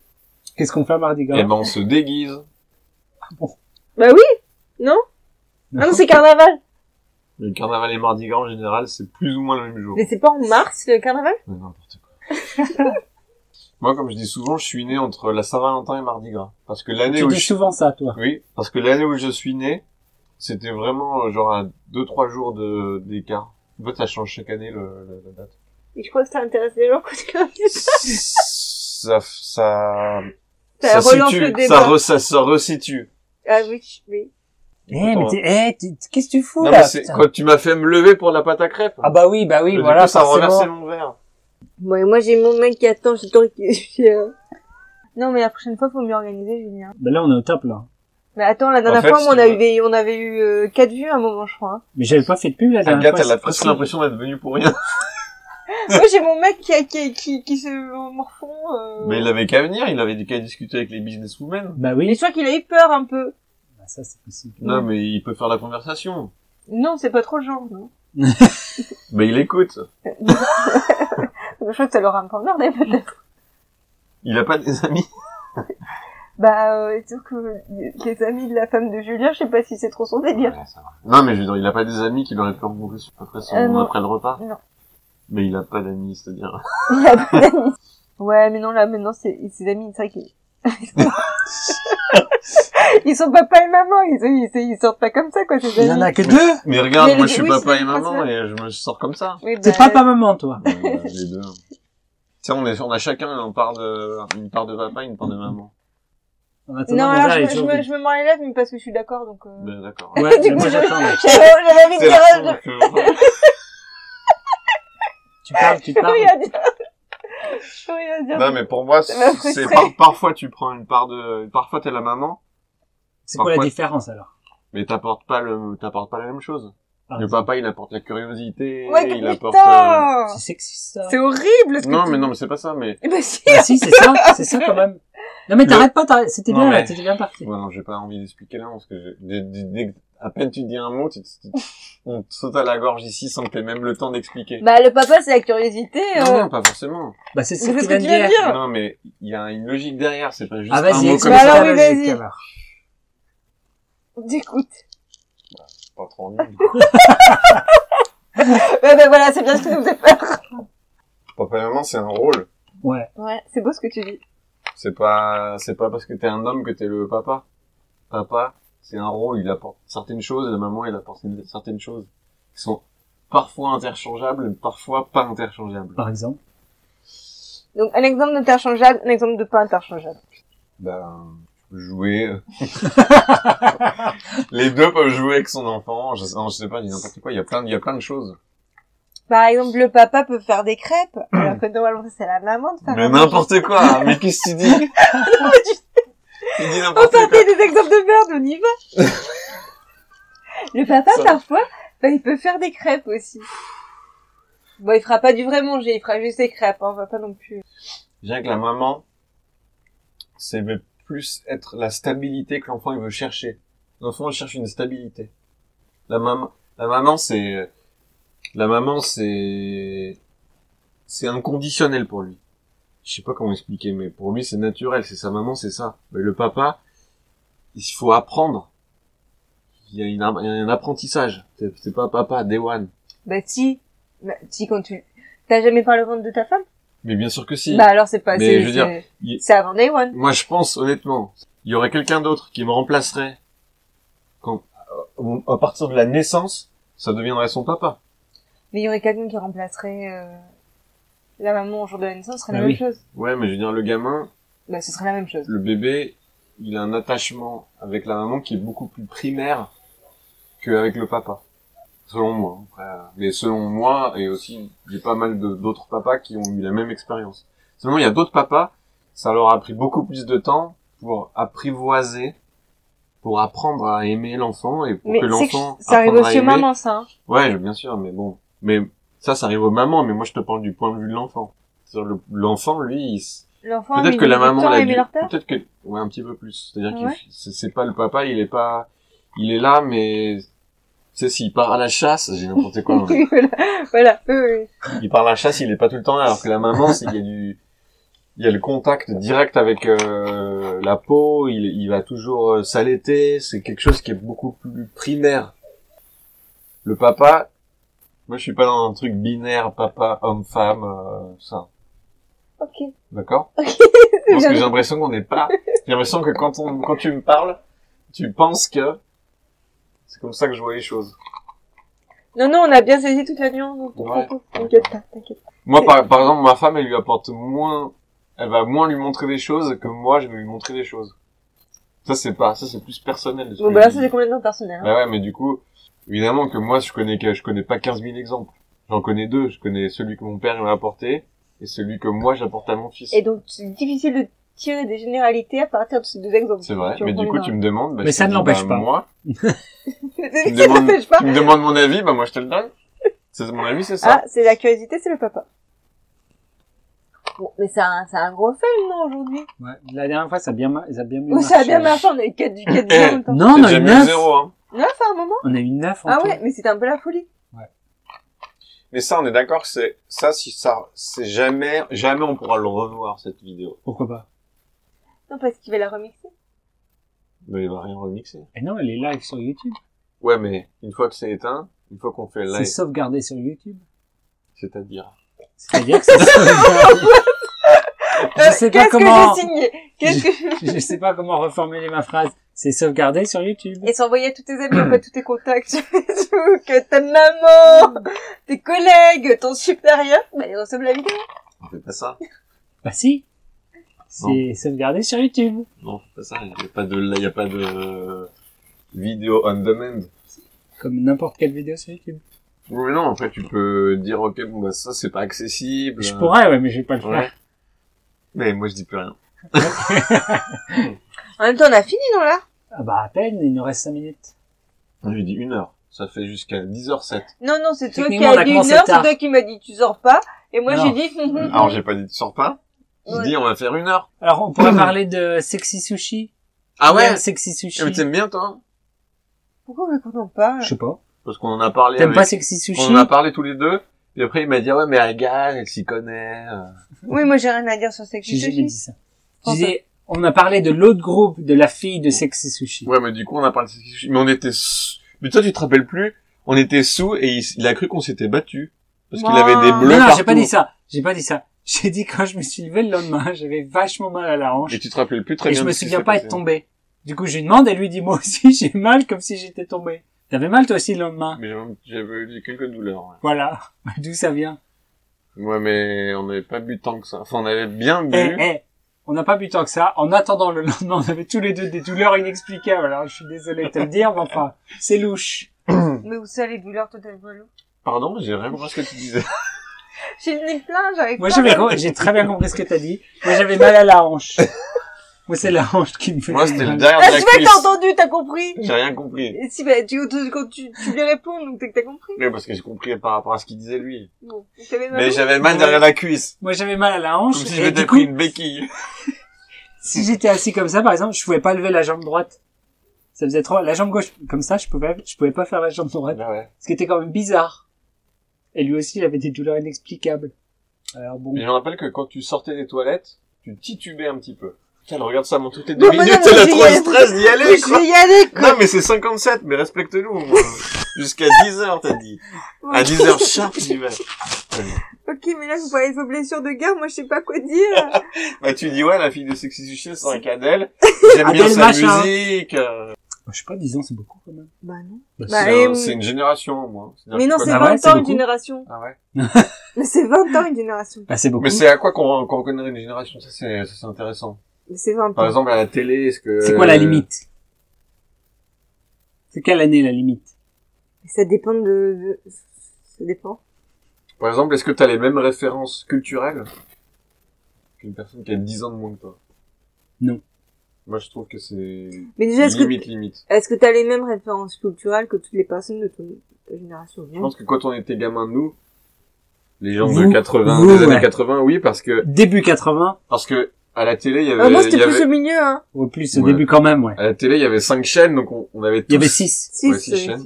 [SPEAKER 3] Qu'est-ce qu'on fait à Mardi Gras
[SPEAKER 1] Et ben on se déguise.
[SPEAKER 2] bah oui, non
[SPEAKER 3] Non.
[SPEAKER 2] Ah non c'est carnaval.
[SPEAKER 1] Le carnaval et mardi gras en général, c'est plus ou moins le même jour.
[SPEAKER 2] Mais c'est pas en mars le carnaval
[SPEAKER 1] Mais n'importe quoi. Moi, comme je dis souvent, je suis né entre la Saint-Valentin et mardi gras. Parce que l'année
[SPEAKER 3] Tu
[SPEAKER 1] où
[SPEAKER 3] dis
[SPEAKER 1] je...
[SPEAKER 3] souvent ça, toi.
[SPEAKER 1] oui, parce que l'année où je suis né, c'était vraiment euh, genre à deux trois jours de d'écart. En fait, ça change chaque année le, le- la date.
[SPEAKER 2] Et je crois que ça intéresse les gens. quand tu-
[SPEAKER 1] ça ça
[SPEAKER 2] Ça relance
[SPEAKER 1] situe,
[SPEAKER 2] le débat.
[SPEAKER 1] ça, re- ça se resitue.
[SPEAKER 2] Ah oui, oui.
[SPEAKER 3] Eh, mais
[SPEAKER 1] Attends.
[SPEAKER 3] t'es- eh, t'es- qu'est-ce que tu fous
[SPEAKER 1] Non,
[SPEAKER 3] là
[SPEAKER 1] mais c'est
[SPEAKER 3] putain
[SPEAKER 1] quand tu m'as fait me lever pour la pâte à crêpes.
[SPEAKER 3] Ah bah oui, bah oui,
[SPEAKER 1] Du
[SPEAKER 3] voilà.
[SPEAKER 1] coup, ça a renversé
[SPEAKER 3] forcément.
[SPEAKER 1] mon verre.
[SPEAKER 2] Bon, et moi, j'ai mon mec qui attend, j'ai ton... j'ai, euh, Non, mais la prochaine fois, faut mieux organiser, Julien.
[SPEAKER 3] Bah là, on est au top là.
[SPEAKER 2] Mais attends, la dernière
[SPEAKER 1] fait,
[SPEAKER 2] fois,
[SPEAKER 1] si
[SPEAKER 2] on
[SPEAKER 1] tu veux.
[SPEAKER 2] avait, on avait eu euh, quatre vues à un moment, je crois. hein.
[SPEAKER 3] Mais j'avais pas fait de pub la dernière
[SPEAKER 1] Agathe,
[SPEAKER 3] fois.
[SPEAKER 1] elle a presque l'impression d'être venue pour rien.
[SPEAKER 2] moi, j'ai mon mec qui, a- qui, qui, qui se morfond. Euh...
[SPEAKER 1] Mais il avait qu'à venir, il avait qu'à discuter avec les businesswomen.
[SPEAKER 3] Bah
[SPEAKER 2] Mais
[SPEAKER 3] oui.
[SPEAKER 2] je crois qu'il a eu peur un peu.
[SPEAKER 3] Bah, ça, c'est possible.
[SPEAKER 1] Non, mais il peut faire la conversation.
[SPEAKER 2] Non, c'est pas trop le genre, non.
[SPEAKER 1] Mais il écoute.
[SPEAKER 2] Je crois que ça leur a un peu emmerdé, peut-être.
[SPEAKER 1] Il a pas des amis.
[SPEAKER 2] Bah, euh, c'est sûr que euh, les amis de la femme de Julien, je sais pas si c'est trop son délire.
[SPEAKER 1] Ouais, ça va. Non, mais je veux dire, il a pas des amis qu'il aurait pu rencontrer sur- après, son-
[SPEAKER 2] Euh, non.
[SPEAKER 1] après le repas.
[SPEAKER 2] Non.
[SPEAKER 1] Mais il a pas d'amis, c'est bien.
[SPEAKER 2] Il a pas d'amis. Ouais, mais non, là, maintenant, c'est, ses amis, c'est vrai qu'ils, ils sont papa et maman, ils, ils, ils sortent pas comme ça, quoi, ses
[SPEAKER 5] Il y en
[SPEAKER 2] amis.
[SPEAKER 5] a que deux.
[SPEAKER 1] Mais regarde,
[SPEAKER 2] Mais
[SPEAKER 1] moi
[SPEAKER 2] les-
[SPEAKER 1] je suis
[SPEAKER 2] oui,
[SPEAKER 1] papa
[SPEAKER 2] c'est-
[SPEAKER 1] et maman
[SPEAKER 2] c'est-
[SPEAKER 1] et je me sors comme ça.
[SPEAKER 2] Oui,
[SPEAKER 3] T'es
[SPEAKER 2] bah,
[SPEAKER 3] papa maman, toi.
[SPEAKER 1] Euh, les deux. Tu sais, on, est, on a chacun on part de, une part de papa et une part de maman.
[SPEAKER 3] En attendant,
[SPEAKER 2] Non,
[SPEAKER 3] mon
[SPEAKER 2] alors,
[SPEAKER 3] gars,
[SPEAKER 2] je,
[SPEAKER 3] il est
[SPEAKER 2] me- je,
[SPEAKER 3] toujours
[SPEAKER 2] me,
[SPEAKER 3] vide.
[SPEAKER 2] je me mords les lèvres, mais parce que je suis d'accord, donc, euh...
[SPEAKER 1] Ben, d'accord.
[SPEAKER 3] Ouais,
[SPEAKER 2] Du
[SPEAKER 3] mais
[SPEAKER 2] coup,
[SPEAKER 3] moi
[SPEAKER 2] je-
[SPEAKER 3] j'attends. là.
[SPEAKER 2] J'avais j'avais envie de
[SPEAKER 1] C'est
[SPEAKER 2] dire,
[SPEAKER 1] la
[SPEAKER 2] euh,
[SPEAKER 1] forme que-
[SPEAKER 3] Tu parles, tu
[SPEAKER 2] je peux
[SPEAKER 3] parles.
[SPEAKER 2] rien dire. Je peux rien dire.
[SPEAKER 1] Non, mais pour moi,
[SPEAKER 2] Ça m'a
[SPEAKER 1] c'est
[SPEAKER 2] frustrée.
[SPEAKER 1] par- parfois tu prends une part de, parfois t'es la maman,
[SPEAKER 3] C'est quoi la
[SPEAKER 1] Parfois-
[SPEAKER 3] différence alors
[SPEAKER 1] mais t'apportes pas le, t'apportes pas la même chose.
[SPEAKER 3] Par
[SPEAKER 1] Le
[SPEAKER 3] exemple.
[SPEAKER 1] papa, il apporte la curiosité,
[SPEAKER 2] Ouais,
[SPEAKER 1] il apporte. euh,
[SPEAKER 2] putain!
[SPEAKER 3] C'est sexiste ça.
[SPEAKER 2] C'est horrible, ce que
[SPEAKER 1] Non,
[SPEAKER 2] tu
[SPEAKER 1] mais
[SPEAKER 2] dis.
[SPEAKER 1] non, mais c'est pas ça, mais.
[SPEAKER 2] Eh ben, si.
[SPEAKER 3] Ah si, c'est ça, c'est ça quand même. Non mais
[SPEAKER 1] Le-
[SPEAKER 3] t'arrêtes pas, t'arrêtes- c'était
[SPEAKER 1] Non,
[SPEAKER 3] bien là,
[SPEAKER 1] mais-
[SPEAKER 3] t'étais bien parti.
[SPEAKER 1] Ouais, non, j'ai pas envie d'expliquer là, parce que j'ai- dès- dès- dès que- à peine tu dis un mot, tu, tu- on te saute à la gorge ici sans que t'aies même le temps d'expliquer.
[SPEAKER 2] Bah, le papa, c'est la curiosité,
[SPEAKER 1] Non,
[SPEAKER 2] euh.
[SPEAKER 1] non, pas forcément.
[SPEAKER 3] Bah c'est ça
[SPEAKER 2] C'est
[SPEAKER 3] que
[SPEAKER 2] ce
[SPEAKER 3] tu
[SPEAKER 2] que
[SPEAKER 3] viens
[SPEAKER 2] tu
[SPEAKER 3] de
[SPEAKER 2] viens de
[SPEAKER 3] dire.
[SPEAKER 2] dire.
[SPEAKER 1] Non, mais il y a une logique derrière, c'est pas juste
[SPEAKER 3] Ah
[SPEAKER 1] un
[SPEAKER 3] vas-y,
[SPEAKER 1] mot comme
[SPEAKER 3] explique
[SPEAKER 2] Bah
[SPEAKER 1] ça.
[SPEAKER 2] alors,
[SPEAKER 3] ta
[SPEAKER 2] oui,
[SPEAKER 3] logique
[SPEAKER 2] vas-y.
[SPEAKER 3] alors.
[SPEAKER 2] D'écoute.
[SPEAKER 1] Pas trop envie.
[SPEAKER 2] Ouais, ben voilà, c'est bien ce que vous êtes peur.
[SPEAKER 1] Papa et maman, c'est un rôle.
[SPEAKER 3] Ouais.
[SPEAKER 2] Ouais, c'est beau ce que tu dis.
[SPEAKER 1] C'est pas, c'est pas parce que t'es un homme que t'es le papa. Papa, c'est un rôle, il apporte certaines choses, et la maman, elle apporte une- certaines choses. Qui sont parfois interchangeables, parfois pas interchangeables.
[SPEAKER 3] Par exemple.
[SPEAKER 2] Donc, un exemple d'interchangeable, un exemple de pas interchangeable.
[SPEAKER 1] Ben, jouer. euh. les deux peuvent jouer avec son enfant. Je sais, non, je sais pas, je dis n'importe quoi. Il y a plein, de- il y a plein de choses.
[SPEAKER 2] Par exemple, le papa peut faire des crêpes, alors que normalement, c'est la maman de faire
[SPEAKER 1] Mais
[SPEAKER 2] la crêpe.
[SPEAKER 1] n'importe quoi. hein, Mais qu'est-ce que tu dis Il dit
[SPEAKER 2] On
[SPEAKER 1] n'importe quoi.
[SPEAKER 2] sortait des exemples de merde, on y va. le papa,
[SPEAKER 1] Ça-
[SPEAKER 2] parfois, bah, il peut faire des crêpes aussi. Bon, il fera pas du vrai manger, il fera juste des crêpes, hein, on va pas non plus.
[SPEAKER 1] Je dirais que la maman, c'est veut plus être la stabilité que l'enfant il veut chercher. L'enfant il cherche une stabilité. La maman, la maman c'est, la maman c'est, c'est inconditionnel pour lui. Je sais pas comment expliquer, mais pour lui c'est naturel, c'est sa maman, c'est ça. Mais le papa, il faut apprendre. Il y a, une- il y a un apprentissage. C'est c'est pas papa, day one.
[SPEAKER 2] Bah, si. Bah, si, quand tu. T'as jamais parlé au ventre de ta femme?
[SPEAKER 1] Mais bien sûr que si.
[SPEAKER 2] Bah, alors c'est pas,
[SPEAKER 1] Mais
[SPEAKER 2] c'est,
[SPEAKER 1] je veux dire,
[SPEAKER 2] c'est-
[SPEAKER 1] il-
[SPEAKER 2] c'est avant Day One.
[SPEAKER 1] Moi, je pense, honnêtement, il y aurait quelqu'un d'autre qui me remplacerait quand, euh, à partir de la naissance, ça deviendrait son papa.
[SPEAKER 2] Mais il y aurait quelqu'un qui remplacerait, euh, la maman au jour de la naissance, ce serait la
[SPEAKER 1] Ah
[SPEAKER 3] Bah
[SPEAKER 2] même
[SPEAKER 3] oui.
[SPEAKER 2] chose.
[SPEAKER 1] Ouais, mais je veux dire, le gamin,
[SPEAKER 2] Bah, ce serait la même chose.
[SPEAKER 1] le bébé, il a un attachement avec la maman qui est beaucoup plus primaire qu'avec le papa. Selon moi. Après, euh, mais selon moi, et aussi, j'ai pas mal de- d'autres papas qui ont eu la même expérience. Seulement, il y a d'autres papas, ça leur a pris beaucoup plus de temps pour apprivoiser, pour apprendre à aimer l'enfant et pour
[SPEAKER 2] Mais
[SPEAKER 1] que
[SPEAKER 2] c'est que
[SPEAKER 1] l'enfant
[SPEAKER 2] ça arrive
[SPEAKER 1] apprendre à
[SPEAKER 2] aussi aux
[SPEAKER 1] aimer.
[SPEAKER 2] mamans, ça, hein.
[SPEAKER 1] Ouais, je- bien sûr, mais bon. Mais ça, ça arrive aux mamans, mais moi, je te parle du point de vue de l'enfant. Sur le- L'enfant, lui, il... s-
[SPEAKER 2] L'enfant,
[SPEAKER 1] peut-être
[SPEAKER 2] il
[SPEAKER 1] que la
[SPEAKER 2] met du temps
[SPEAKER 1] maman
[SPEAKER 2] à
[SPEAKER 1] l'a
[SPEAKER 2] aimer
[SPEAKER 1] dû-
[SPEAKER 2] leur père.
[SPEAKER 1] Peut-être que ouais, un petit peu plus. C'est-à-dire
[SPEAKER 2] Ouais.
[SPEAKER 1] que c'est c'est pas le papa, il est pas, il est là, mais tu sais, s'il part à la chasse, j'ai n'importe quoi. hein.
[SPEAKER 2] voilà, voilà, oui, oui.
[SPEAKER 1] il part à la chasse, il est pas tout le temps là, alors que la maman, c'est il y a du, il y a le contact direct avec euh, la peau, il, il va toujours euh, s'allaiter, c'est quelque chose qui est beaucoup plus primaire. Le papa, moi je suis pas dans un truc binaire, papa, homme, femme, euh, ça,
[SPEAKER 2] Ok.
[SPEAKER 1] d'accord Parce que j'ai l'impression qu'on n'est pas, j'ai l'impression que quand on, quand tu me parles, tu penses que c'est comme ça que je vois les choses.
[SPEAKER 2] Non, non, on a bien saisi toute la nuance de ton
[SPEAKER 1] Ouais.
[SPEAKER 2] propos. T'inquiète pas, t'inquiète pas.
[SPEAKER 1] Moi, par, par exemple, ma femme, elle lui apporte moins, elle va moins lui montrer des choses que moi, je vais lui montrer des choses. Ça, c'est pas, ça, c'est plus personnel. ce
[SPEAKER 2] Bon,
[SPEAKER 1] que
[SPEAKER 2] bah
[SPEAKER 1] je
[SPEAKER 2] là,
[SPEAKER 1] dis.
[SPEAKER 2] ça, c'est complètement personnel. hein.
[SPEAKER 1] Bah ouais, mais du coup, évidemment que moi, je connais, que- je connais pas 15 000 exemples. J'en connais deux. Je connais celui que mon père m'a apporté et celui que moi, j'apporte à mon fils.
[SPEAKER 2] Et donc, c'est difficile de tirer des généralités à partir de ces deux exemples.
[SPEAKER 1] C'est vrai.
[SPEAKER 2] Tu
[SPEAKER 1] Mais
[SPEAKER 2] en
[SPEAKER 1] du coup,
[SPEAKER 2] prends
[SPEAKER 1] tu
[SPEAKER 2] une.
[SPEAKER 1] me demandes, bah,
[SPEAKER 3] Mais
[SPEAKER 1] je
[SPEAKER 3] ça
[SPEAKER 1] te
[SPEAKER 3] ne
[SPEAKER 1] dis,
[SPEAKER 3] l'empêche pas.
[SPEAKER 1] bah, Moi,
[SPEAKER 2] C'est
[SPEAKER 1] me
[SPEAKER 2] ça
[SPEAKER 1] demandes-
[SPEAKER 2] n'empêche pas.
[SPEAKER 1] tu me demandes mon avis, bah, moi, je te le donne. C'est mon avis, c'est ça.
[SPEAKER 2] Ah, c'est la curiosité, c'est le papa. Bon, mais c'est un, c'est un gros fail, non, aujourd'hui?
[SPEAKER 3] Ouais. La dernière fois ça a bien, mar- ça a bien
[SPEAKER 2] Ou
[SPEAKER 3] marché.
[SPEAKER 2] ça a bien marché, on a eu 4 du hein. 4 en même temps.
[SPEAKER 3] Non, Ah, on a
[SPEAKER 1] T'as déjà
[SPEAKER 3] eu
[SPEAKER 1] mis le
[SPEAKER 3] 9.
[SPEAKER 1] zéro, hein.
[SPEAKER 2] Neuf à un moment?
[SPEAKER 3] On a eu 9 en
[SPEAKER 2] Ah
[SPEAKER 3] tout.
[SPEAKER 2] ouais, mais c'était un peu la folie.
[SPEAKER 1] Mais ça, on est d'accord, c'est, ça, si ça, c'est jamais, jamais on pourra le revoir, cette vidéo.
[SPEAKER 3] Pourquoi pas
[SPEAKER 2] Non, parce qu'il va la remixer.
[SPEAKER 1] Mais il va rien remixer.
[SPEAKER 3] Et non, elle est live sur YouTube.
[SPEAKER 1] Ouais, mais une fois que c'est éteint, une fois qu'on fait
[SPEAKER 3] C'est
[SPEAKER 1] live,
[SPEAKER 3] sauvegardé sur YouTube.
[SPEAKER 1] c'est-à-dire.
[SPEAKER 3] C'est-à-dire que ça se... je sais
[SPEAKER 2] Euh,
[SPEAKER 3] pas
[SPEAKER 2] Qu'est-ce
[SPEAKER 3] comment...
[SPEAKER 2] que j'ai signé Qu'est-ce que je-
[SPEAKER 3] Je sais pas comment reformuler ma phrase. C'est sauvegarder sur YouTube.
[SPEAKER 2] Et s'envoyer à tous tes amis, quoi, tous tes contacts, Facebook, ta maman, tes collègues, ton supérieur, bah, ils reçoivent la vidéo.
[SPEAKER 1] On fait pas ça.
[SPEAKER 3] Bah si. C'est
[SPEAKER 1] Non.
[SPEAKER 3] sauvegarder sur YouTube.
[SPEAKER 1] Non, c'est pas ça. Il y a pas de, là, il y a pas de euh, vidéo on demand.
[SPEAKER 3] Comme n'importe quelle vidéo sur YouTube.
[SPEAKER 1] Oui, mais non, après, tu peux dire, ok, bon, bah, ça, c'est pas accessible.
[SPEAKER 3] Je
[SPEAKER 1] euh,
[SPEAKER 3] pourrais, ouais, mais je vais pas le
[SPEAKER 1] Ouais.
[SPEAKER 3] faire.
[SPEAKER 1] Mais moi, je dis plus rien.
[SPEAKER 2] En même temps, on a fini, non, là?
[SPEAKER 3] Ah bah à peine, il nous reste 5 minutes.
[SPEAKER 1] J'ai dit une heure. Ça fait jusqu'à 10h07.
[SPEAKER 2] Non, non, c'est toi qui
[SPEAKER 3] Techniquement, on a
[SPEAKER 2] as dit une
[SPEAKER 3] commencé
[SPEAKER 2] heure, c'est
[SPEAKER 3] tard.
[SPEAKER 2] toi qui m'as dit tu sors pas, et moi,
[SPEAKER 3] Non.
[SPEAKER 2] j'ai dit, hum, hum, hum.
[SPEAKER 1] Alors, j'ai pas dit, tu sors pas. Je
[SPEAKER 2] Ouais.
[SPEAKER 1] dis, on va faire une heure.
[SPEAKER 3] Alors on pourrait parler de sexy sushi.
[SPEAKER 1] Ah ouais?
[SPEAKER 3] Même Sexy sushi.
[SPEAKER 1] Eh, mais t'aimes bien, toi?
[SPEAKER 2] pourquoi on qu'on en parle?
[SPEAKER 3] Je sais pas.
[SPEAKER 1] Parce qu'on en a parlé
[SPEAKER 3] T'aimes
[SPEAKER 1] avec...
[SPEAKER 3] pas sexy sushi
[SPEAKER 1] Eh On en a parlé tous les deux. Et après, il m'a dit, ah ouais, mais elle gagne, elle s'y connaît. euh.
[SPEAKER 2] Oui, moi, j'ai rien à dire sur cette
[SPEAKER 3] J'ai jamais dit ça. Je
[SPEAKER 2] Enfin.
[SPEAKER 3] disais, on a parlé de l'autre groupe de la fille de sexy sushi.
[SPEAKER 1] Ouais, mais du coup, on a parlé de sexy sushi. Mais on était sous- Mais toi, tu te rappelles plus? On était sous et il, il a cru qu'on s'était battu. Parce qu'il
[SPEAKER 2] Ouah.
[SPEAKER 1] avait des bleus
[SPEAKER 3] non, non,
[SPEAKER 1] partout.
[SPEAKER 3] j'ai pas dit ça. J'ai pas dit ça. J'ai dit quand je me suis levé le lendemain, j'avais vachement mal à la hanche.
[SPEAKER 1] Et tu te rappelais plus très
[SPEAKER 3] et
[SPEAKER 1] bien.
[SPEAKER 3] je
[SPEAKER 1] de
[SPEAKER 3] me
[SPEAKER 1] ce qui
[SPEAKER 3] souviens
[SPEAKER 1] s'est
[SPEAKER 3] pas
[SPEAKER 1] passé.
[SPEAKER 3] être tombé. Du coup, je lui demande, elle lui dit, moi aussi, j'ai mal comme si j'étais tombé. T'avais mal toi aussi le lendemain.
[SPEAKER 1] Mais j'avais- j'avais eu quelques douleurs. ouais.
[SPEAKER 3] Voilà. D'où ça vient.
[SPEAKER 1] Ouais, mais on n'avait pas bu tant que ça. Enfin, on avait bien bu.
[SPEAKER 3] Eh, eh, on n'a pas bu tant que ça. En attendant le lendemain, on avait tous les deux des douleurs inexplicables. Alors, je suis désolé de te le dire, mais enfin, c'est louche.
[SPEAKER 2] Mais où ça, les douleurs, toi, t'as le vélo
[SPEAKER 1] Pardon, j'ai vraiment pas ce que tu disais.
[SPEAKER 2] J'ai le nez plein, j'arrive
[SPEAKER 3] Moi,
[SPEAKER 2] pas.
[SPEAKER 3] j'avais, j'ai très bien compris ce que t'as dit. Moi, j'avais mal à la hanche. Moi, c'est la hanche qui me fait
[SPEAKER 1] Moi, c'était le
[SPEAKER 3] mal.
[SPEAKER 1] derrière
[SPEAKER 2] Ah,
[SPEAKER 1] de
[SPEAKER 2] je
[SPEAKER 1] la
[SPEAKER 2] vois que t'as
[SPEAKER 1] cuisse.
[SPEAKER 2] entendu, t'as compris.
[SPEAKER 1] J'ai rien compris.
[SPEAKER 2] Et si, bah, tu, tu- quand tu, tu lui réponds, donc t'as- t'as compris.
[SPEAKER 1] Mais parce que j'ai compris par rapport à ce qu'il disait lui.
[SPEAKER 2] Bon, donc t'avais mal.
[SPEAKER 1] Bah Mais j'avais mal
[SPEAKER 3] Ouais.
[SPEAKER 1] derrière la cuisse.
[SPEAKER 3] Moi, j'avais mal à la
[SPEAKER 1] Comme
[SPEAKER 3] hanche.
[SPEAKER 1] si je
[SPEAKER 3] et
[SPEAKER 1] m'étais
[SPEAKER 3] du coup,
[SPEAKER 1] pris une béquille.
[SPEAKER 3] si j'étais assis comme ça, par exemple, je pouvais pas lever la jambe droite. Ça faisait trop, la jambe gauche, comme ça, je pouvais, je pouvais pas faire la jambe droite.
[SPEAKER 1] Ah ouais.
[SPEAKER 3] Ce qui était quand même bizarre. Et lui aussi, il avait des douleurs inexplicables. Alors bon.
[SPEAKER 1] Mais je me rappelle que quand tu sortais des toilettes, tu titubais un petit peu. Putain, regarde ça, monte toutes les
[SPEAKER 2] Bon,
[SPEAKER 1] deux
[SPEAKER 2] bah non,
[SPEAKER 1] minutes,
[SPEAKER 2] mais
[SPEAKER 1] elle a
[SPEAKER 2] j'y
[SPEAKER 1] trop
[SPEAKER 2] ai-
[SPEAKER 1] le stress d'y aller,
[SPEAKER 2] Je
[SPEAKER 1] quoi.
[SPEAKER 2] vais y aller, quoi.
[SPEAKER 1] Non, mais c'est 57, mais respecte-nous. au moins. Jusqu'à 10 heures, t'as dit. À 10 heures sharp, j'y vais.
[SPEAKER 2] Ok, mais là, vous parlez de vos blessures de guerre, moi, je sais pas quoi dire.
[SPEAKER 1] Bah, tu dis, ouais, la fille de Sexy Sushi, c'est un cadelle. J'aime bien
[SPEAKER 3] Adèle
[SPEAKER 1] sa
[SPEAKER 3] machin.
[SPEAKER 1] musique. euh.
[SPEAKER 3] Je sais pas, 10 ans, c'est beaucoup quand même.
[SPEAKER 2] bah, non. Bah,
[SPEAKER 1] C'est un-
[SPEAKER 2] et-
[SPEAKER 1] c'est une Ah génération, moi. C'est-à-dire
[SPEAKER 2] Mais
[SPEAKER 1] que
[SPEAKER 2] non,
[SPEAKER 1] quoi,
[SPEAKER 2] c'est
[SPEAKER 3] bah, ouais,
[SPEAKER 2] 20
[SPEAKER 3] c'est
[SPEAKER 2] ans, une
[SPEAKER 3] beaucoup.
[SPEAKER 2] génération.
[SPEAKER 1] Ah ouais.
[SPEAKER 2] Mais c'est 20 ans, une génération.
[SPEAKER 3] Bah, c'est beaucoup.
[SPEAKER 1] Mais c'est à quoi qu'on qu'on reconnaît une génération Ça c'est ça, c'est intéressant.
[SPEAKER 2] Mais c'est 20 ans.
[SPEAKER 1] Par exemple à la télé, est-ce que euh,
[SPEAKER 3] C'est quoi la limite? C'est quelle année la limite?
[SPEAKER 2] Ça dépend de, de- ça dépend.
[SPEAKER 1] Par exemple, est-ce que t'as les mêmes références culturelles qu'une personne qui a 10 ans de moins que toi
[SPEAKER 3] Non.
[SPEAKER 1] Moi je trouve que c'est
[SPEAKER 2] Mais déjà, est-ce que,
[SPEAKER 1] limite limite.
[SPEAKER 2] est-ce que t'as les mêmes références culturelles que toutes les personnes de ton ta génération?
[SPEAKER 1] Je pense que quand on était gamin nous les gens
[SPEAKER 3] Vous-
[SPEAKER 1] de 80
[SPEAKER 3] vous,
[SPEAKER 1] des années
[SPEAKER 3] ouais.
[SPEAKER 1] 80 oui parce que
[SPEAKER 3] Début 80,
[SPEAKER 1] parce que à la télé il y
[SPEAKER 2] Euh,
[SPEAKER 1] avait,
[SPEAKER 2] moi,
[SPEAKER 1] il
[SPEAKER 2] c'était
[SPEAKER 1] y
[SPEAKER 2] plus
[SPEAKER 1] avait-
[SPEAKER 2] au milieu, hein.
[SPEAKER 3] ou plus, au
[SPEAKER 1] Ouais.
[SPEAKER 3] début quand même, ouais.
[SPEAKER 1] à la télé il y avait 5 chaînes donc on, on avait tous
[SPEAKER 3] Il y avait 6.
[SPEAKER 2] 6,
[SPEAKER 1] Ouais, six chaînes.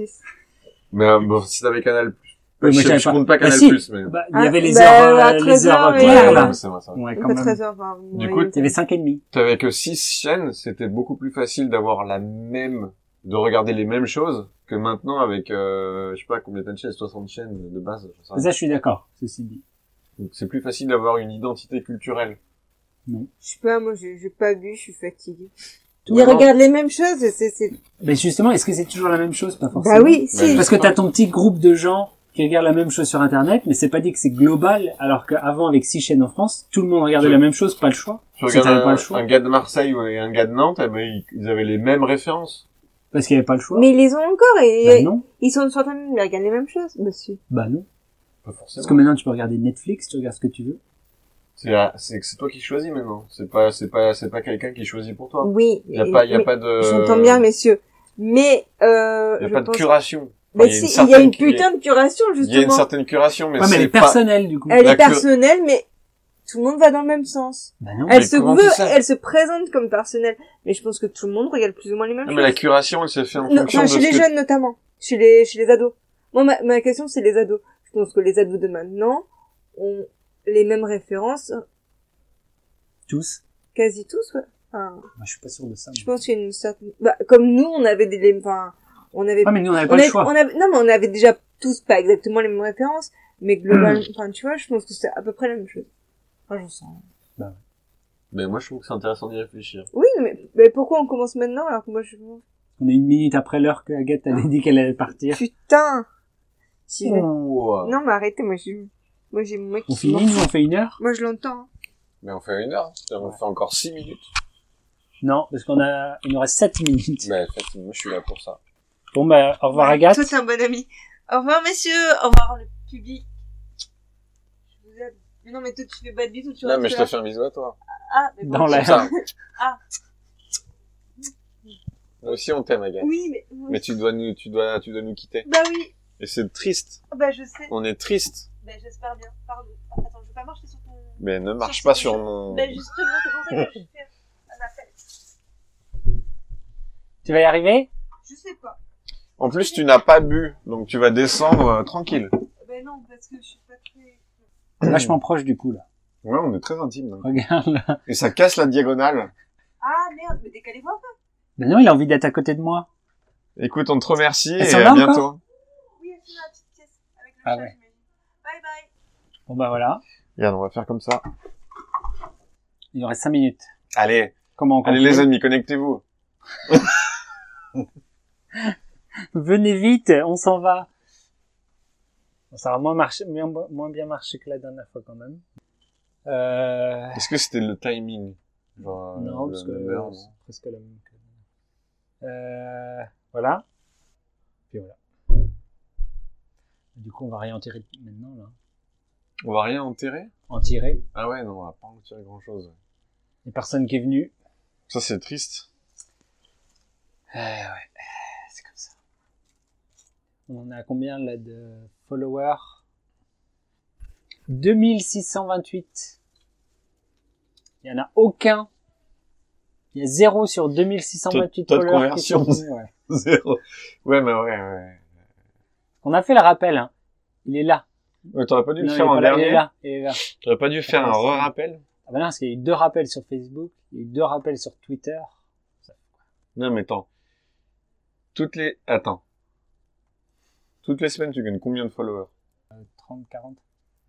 [SPEAKER 1] Mais euh, bon, si t'avais Canal Plus.
[SPEAKER 3] Oui,
[SPEAKER 1] je,
[SPEAKER 3] moi, j'avais
[SPEAKER 1] je
[SPEAKER 3] pas-
[SPEAKER 1] compte pas
[SPEAKER 3] Bah,
[SPEAKER 1] Canal
[SPEAKER 3] si.
[SPEAKER 1] Plus mais
[SPEAKER 3] Bah, il y
[SPEAKER 2] Ah,
[SPEAKER 3] avait les
[SPEAKER 2] bah,
[SPEAKER 3] heures,
[SPEAKER 2] à
[SPEAKER 3] euh, les
[SPEAKER 2] 13
[SPEAKER 3] heures
[SPEAKER 2] heures,
[SPEAKER 3] claires,
[SPEAKER 2] ouais,
[SPEAKER 3] là.
[SPEAKER 1] c'est vrai, c'est vrai.
[SPEAKER 3] Ouais, quand
[SPEAKER 2] Pas
[SPEAKER 3] même.
[SPEAKER 2] 13 heures, enfin,
[SPEAKER 1] Du
[SPEAKER 2] ouais,
[SPEAKER 1] coup,
[SPEAKER 3] Il y avait 5 et demi.
[SPEAKER 1] T'avais que six chaînes, c'était beaucoup plus facile d'avoir la même, de regarder les mêmes choses que maintenant avec, euh, je sais pas combien t'as de chaînes, 60 chaînes de base. j'en sais rien.
[SPEAKER 3] Ça, je suis d'accord, ceci dit.
[SPEAKER 1] Donc c'est plus facile d'avoir une identité culturelle.
[SPEAKER 2] je sais pas, moi, j'ai j'ai pas bu, je suis fatiguée.
[SPEAKER 1] Tu
[SPEAKER 2] Ils
[SPEAKER 1] vois,
[SPEAKER 2] regardent les mêmes choses, et c'est, c'est,
[SPEAKER 3] Mais justement, est-ce que c'est toujours la même chose? Pas forcément.
[SPEAKER 2] bah oui, si.
[SPEAKER 3] Parce que t'as ton petit groupe de gens qui regardent la même chose sur Internet, mais c'est pas dit que c'est global, alors qu'avant, avec six chaînes en France, tout le monde regardait
[SPEAKER 1] Oui.
[SPEAKER 3] la même chose, pas le choix.
[SPEAKER 1] Tu
[SPEAKER 3] Parce que
[SPEAKER 1] regardes
[SPEAKER 3] t'avais pas
[SPEAKER 1] un,
[SPEAKER 3] le choix.
[SPEAKER 1] un gars de Marseille ou- et un gars de Nantes, eh ben, ils, ils avaient les mêmes références.
[SPEAKER 3] Parce qu'il y avait pas le choix.
[SPEAKER 2] Mais ils les ont encore,
[SPEAKER 3] Bah
[SPEAKER 2] et
[SPEAKER 3] non.
[SPEAKER 2] ils sont sur train de regarder les mêmes choses, monsieur.
[SPEAKER 3] Bah non.
[SPEAKER 1] Pas forcément.
[SPEAKER 3] Parce que maintenant, tu peux regarder Netflix, tu regardes ce que tu veux.
[SPEAKER 1] C'est à- C'est c'est toi qui choisis maintenant. C'est pas, c'est pas, c'est pas quelqu'un qui choisit pour toi.
[SPEAKER 2] Oui.
[SPEAKER 1] Y a
[SPEAKER 2] et-
[SPEAKER 1] pas, y a
[SPEAKER 2] mais-
[SPEAKER 1] pas de.
[SPEAKER 2] J'entends bien, messieurs. Mais, euh,
[SPEAKER 1] Euh, Y a
[SPEAKER 2] je
[SPEAKER 1] pas de
[SPEAKER 2] pense-
[SPEAKER 1] curation.
[SPEAKER 2] Mais
[SPEAKER 1] Enfin,
[SPEAKER 2] si, il y a une
[SPEAKER 1] certaine-
[SPEAKER 2] putain de curation,
[SPEAKER 1] Il y a une
[SPEAKER 2] justement.
[SPEAKER 1] certaine curation, mais
[SPEAKER 3] ouais, mais
[SPEAKER 1] c'est
[SPEAKER 3] elle est
[SPEAKER 1] pas.
[SPEAKER 3] personnelle, du coup.
[SPEAKER 2] Elle
[SPEAKER 1] La
[SPEAKER 2] est
[SPEAKER 1] cure-
[SPEAKER 2] personnelle, mais tout le monde va dans le même sens.
[SPEAKER 3] Bah non.
[SPEAKER 1] Mais
[SPEAKER 2] Elle se
[SPEAKER 1] comment tu
[SPEAKER 2] veut,
[SPEAKER 1] sais
[SPEAKER 2] elle se présente comme personnelle. Mais je pense que tout le monde regarde plus ou moins les mêmes
[SPEAKER 1] Non,
[SPEAKER 2] choses.
[SPEAKER 1] mais la curation, elle se fait en
[SPEAKER 2] Non,
[SPEAKER 1] fonction
[SPEAKER 2] enfin,
[SPEAKER 1] de
[SPEAKER 2] chez
[SPEAKER 1] ce
[SPEAKER 2] les
[SPEAKER 1] que-
[SPEAKER 2] jeunes, notamment. Chez les, chez les ados. Moi, ma, ma question, c'est les ados. Je pense que les ados de maintenant ont les mêmes références,
[SPEAKER 3] Tous.
[SPEAKER 2] quasi tous, ouais. Enfin,
[SPEAKER 3] Bah, je suis pas sûr de ça.
[SPEAKER 2] je
[SPEAKER 3] moi.
[SPEAKER 2] pense qu'il y a une certaine, bah, comme nous, on avait des, les- enfin, on avait
[SPEAKER 3] Ah, mais nous, on avait
[SPEAKER 2] on
[SPEAKER 3] pas le
[SPEAKER 2] avait-
[SPEAKER 3] choix.
[SPEAKER 2] on avait- non, mais on avait déjà tous pas exactement les mêmes références, Mais
[SPEAKER 3] Hmm.
[SPEAKER 2] globalement, enfin, tu vois, je pense que c'est à peu près la même chose. Enfin, j'en sais rien.
[SPEAKER 1] Mais moi, je trouve que c'est intéressant d'y réfléchir.
[SPEAKER 2] Oui, mais, mais pourquoi on commence maintenant alors que moi je...
[SPEAKER 3] On est une minute après l'heure que Agathe avait dit qu'elle allait partir.
[SPEAKER 2] Putain Si je-
[SPEAKER 1] Ouh. euh,
[SPEAKER 2] Non, mais arrêtez, moi j'ai... Moi j'ai mon mec
[SPEAKER 3] On
[SPEAKER 2] qui
[SPEAKER 3] finit ou on fait une heure
[SPEAKER 2] Moi je l'entends. hein.
[SPEAKER 1] Mais on fait une heure. Putain, On fait encore six minutes.
[SPEAKER 3] Non, parce qu'on a, il nous reste 7 minutes.
[SPEAKER 1] Mais Bah, en fait, moi, je suis là pour ça.
[SPEAKER 3] Bon bah, au revoir Agathe.
[SPEAKER 2] Toi t'es un bon ami. Au revoir messieurs, au revoir le public. Je vous aime. Mais non, mais toi tu fais pas de bisous, tu
[SPEAKER 1] Non,
[SPEAKER 2] restes
[SPEAKER 1] mais je te
[SPEAKER 2] là.
[SPEAKER 1] fais un bisou à toi.
[SPEAKER 2] Ah, mais bon.
[SPEAKER 3] Dans la...
[SPEAKER 1] Comme ça.
[SPEAKER 2] Ah.
[SPEAKER 1] Nous aussi, on t'aime, Agathe.
[SPEAKER 2] Oui, mais...
[SPEAKER 1] Mais tu dois nous, tu dois, tu dois nous quitter.
[SPEAKER 2] Bah oui,
[SPEAKER 1] Et c'est triste.
[SPEAKER 2] bah je sais.
[SPEAKER 1] On est triste.
[SPEAKER 2] Bah j'espère bien. Pardon. Attends, je vais pas marcher sur ton...
[SPEAKER 1] Mais ne marche
[SPEAKER 2] Sur
[SPEAKER 1] pas
[SPEAKER 2] ce
[SPEAKER 1] sur
[SPEAKER 2] jeu.
[SPEAKER 1] mon...
[SPEAKER 2] Bah justement, c'est pour ça que je fais un appel.
[SPEAKER 3] Tu vas y arriver
[SPEAKER 2] Je sais pas.
[SPEAKER 1] En plus, tu n'as pas bu, donc tu vas descendre euh, tranquille.
[SPEAKER 2] Bah non, parce que je suis pas très...
[SPEAKER 3] Vachement proche du coup là.
[SPEAKER 1] Ouais, on est très intime. là.
[SPEAKER 3] Regarde là.
[SPEAKER 1] Et ça casse la diagonale.
[SPEAKER 2] Ah merde, mais décalez-moi
[SPEAKER 3] Ben non, il a envie d'être à côté de moi.
[SPEAKER 1] Écoute, on te remercie
[SPEAKER 3] Elles
[SPEAKER 1] et
[SPEAKER 3] sont
[SPEAKER 1] à
[SPEAKER 3] là
[SPEAKER 1] bientôt.
[SPEAKER 2] Oui, elle fait la petite pièce avec le
[SPEAKER 3] Ah
[SPEAKER 2] chat,
[SPEAKER 3] ouais.
[SPEAKER 2] j'imagine. Bye bye.
[SPEAKER 3] Bon bah voilà,
[SPEAKER 1] Regarde, on va faire comme ça.
[SPEAKER 3] il nous reste 5 minutes.
[SPEAKER 1] Allez,
[SPEAKER 3] Comment on
[SPEAKER 1] allez
[SPEAKER 3] conclut
[SPEAKER 1] les amis, connectez-vous.
[SPEAKER 3] Venez vite, on s'en va. Bon, Ça aura moins, marché, moins, moins bien marché que la dernière fois quand même. Euh...
[SPEAKER 1] Est-ce que c'était le timing Genre, euh,
[SPEAKER 3] Non, parce
[SPEAKER 1] le-
[SPEAKER 3] que
[SPEAKER 1] le beurre,
[SPEAKER 3] euh,
[SPEAKER 1] non
[SPEAKER 3] c'est presque la même que. Euh, voilà. Puis voilà. Du coup, on va rien en tirer maintenant, là.
[SPEAKER 1] On va rien enterrer
[SPEAKER 3] En tirer.
[SPEAKER 1] Ah ouais, non, on va pas en tirer grand-chose.
[SPEAKER 3] Il y a personne qui est venu.
[SPEAKER 1] Ça, c'est triste.
[SPEAKER 3] Euh, ouais, eh, c'est comme ça. On en a combien, là, de followers 2628. Il y en a aucun. Il y a zéro sur 2628
[SPEAKER 1] Taux de
[SPEAKER 3] followers qui sont
[SPEAKER 1] conversion.
[SPEAKER 3] venus, ouais.
[SPEAKER 1] Zéro. Ouais, mais ouais, ouais.
[SPEAKER 3] On a fait le rappel, hein. Il est là.
[SPEAKER 1] Ouais, T'aurais pas dû
[SPEAKER 3] Non,
[SPEAKER 1] le
[SPEAKER 3] il est
[SPEAKER 1] faire en
[SPEAKER 3] pas là, il est
[SPEAKER 1] dernier
[SPEAKER 3] là, il est là.
[SPEAKER 1] T'aurais pas dû faire un re-rappel
[SPEAKER 3] Ah ben non, parce qu'il y a eu deux rappels sur Facebook, il y a eu deux rappels sur Twitter.
[SPEAKER 1] Non, mais attends. Toutes les... Attends. Toutes les semaines, tu gagnes combien de followers
[SPEAKER 3] 30, 40.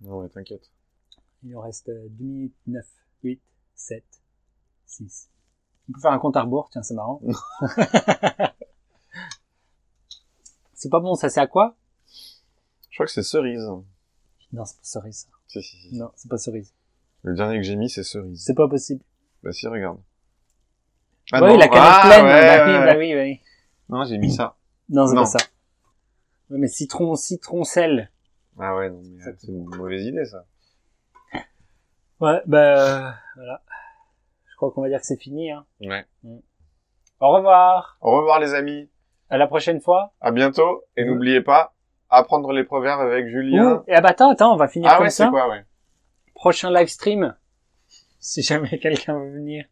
[SPEAKER 1] Non, mais t'inquiète.
[SPEAKER 3] Il nous reste euh, 2 minutes 9, 8, 7, 6. On peut faire un compte à rebours, tiens, c'est marrant. c'est pas bon, ça c'est à quoi
[SPEAKER 1] Je crois que c'est cerise. hein.
[SPEAKER 3] Non, c'est pas cerise. ça.
[SPEAKER 1] Si, si, si.
[SPEAKER 3] Non, c'est pas cerise.
[SPEAKER 1] Le dernier que j'ai mis, c'est cerise.
[SPEAKER 3] C'est pas possible.
[SPEAKER 1] Bah si, regarde.
[SPEAKER 3] ouais,
[SPEAKER 1] non.
[SPEAKER 3] la canne
[SPEAKER 1] Ah,
[SPEAKER 3] pleine.
[SPEAKER 1] ouais,
[SPEAKER 3] bah, oui,
[SPEAKER 1] ouais,
[SPEAKER 3] bah
[SPEAKER 1] ouais.
[SPEAKER 3] oui, oui.
[SPEAKER 1] Non, j'ai mis ça.
[SPEAKER 3] Non, c'est
[SPEAKER 1] Non.
[SPEAKER 3] pas ça. Ouais, mais citron, citron, sel.
[SPEAKER 1] Ah ouais, non, mais euh, c'est une mauvaise idée, ça.
[SPEAKER 3] Ouais, bah euh, voilà. Je crois qu'on va dire que c'est fini. Hein.
[SPEAKER 1] Ouais.
[SPEAKER 3] Au revoir.
[SPEAKER 1] Au revoir, les amis.
[SPEAKER 3] À la prochaine fois.
[SPEAKER 1] À bientôt. Et
[SPEAKER 3] Ouais.
[SPEAKER 1] n'oubliez pas, apprendre les proverbes avec Julien.
[SPEAKER 3] Ouh, Et ah bah attends, attends, on va finir
[SPEAKER 1] Ah
[SPEAKER 3] comme
[SPEAKER 1] ouais, c'est
[SPEAKER 3] ça.
[SPEAKER 1] quoi, ouais.
[SPEAKER 3] Prochain live stream, si jamais quelqu'un veut venir,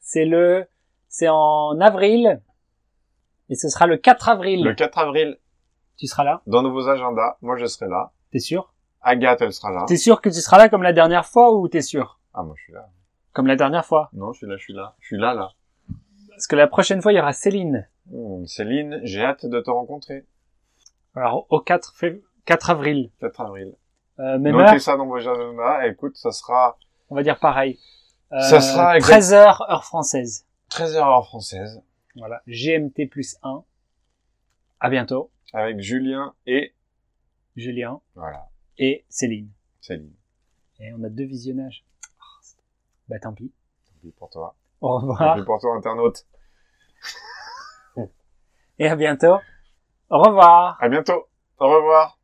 [SPEAKER 3] c'est le, c'est en avril, et ce sera le 4 avril.
[SPEAKER 1] Le 4 avril,
[SPEAKER 3] Tu seras là,
[SPEAKER 1] dans vos agendas, moi, je serai là.
[SPEAKER 3] t'es sûr
[SPEAKER 1] Agathe, elle sera là.
[SPEAKER 3] T'es sûr que tu seras là comme la dernière fois ou t'es sûr
[SPEAKER 1] Ah, moi, je suis là.
[SPEAKER 3] Comme la dernière fois,
[SPEAKER 1] Non, je suis là, je suis là. Je suis là, là.
[SPEAKER 3] parce que la prochaine fois il y aura Céline.
[SPEAKER 1] Hmm, Céline, j'ai hâte de te rencontrer.
[SPEAKER 3] Alors au 4 fév- 4 avril,
[SPEAKER 1] 4 avril.
[SPEAKER 3] euh, même
[SPEAKER 1] Notez
[SPEAKER 3] heure,
[SPEAKER 1] ça dans vos agendas. Et écoute, ça sera
[SPEAKER 3] on va dire pareil. Euh,
[SPEAKER 1] Ça sera exact-
[SPEAKER 3] 13 h heure française.
[SPEAKER 1] 13h heure française
[SPEAKER 3] Voilà, GMT plus 1. À bientôt,
[SPEAKER 1] avec Julien et,
[SPEAKER 3] Julien
[SPEAKER 1] voilà,
[SPEAKER 3] et Céline.
[SPEAKER 1] Céline.
[SPEAKER 3] Et Eh, on a deux visionnages. Bah tant pis.
[SPEAKER 1] Tant pis pour toi.
[SPEAKER 3] Au
[SPEAKER 1] Tant
[SPEAKER 3] revoir
[SPEAKER 1] pis pour toi, internaute.
[SPEAKER 3] et à bientôt. Au revoir.
[SPEAKER 1] À bientôt. Au revoir.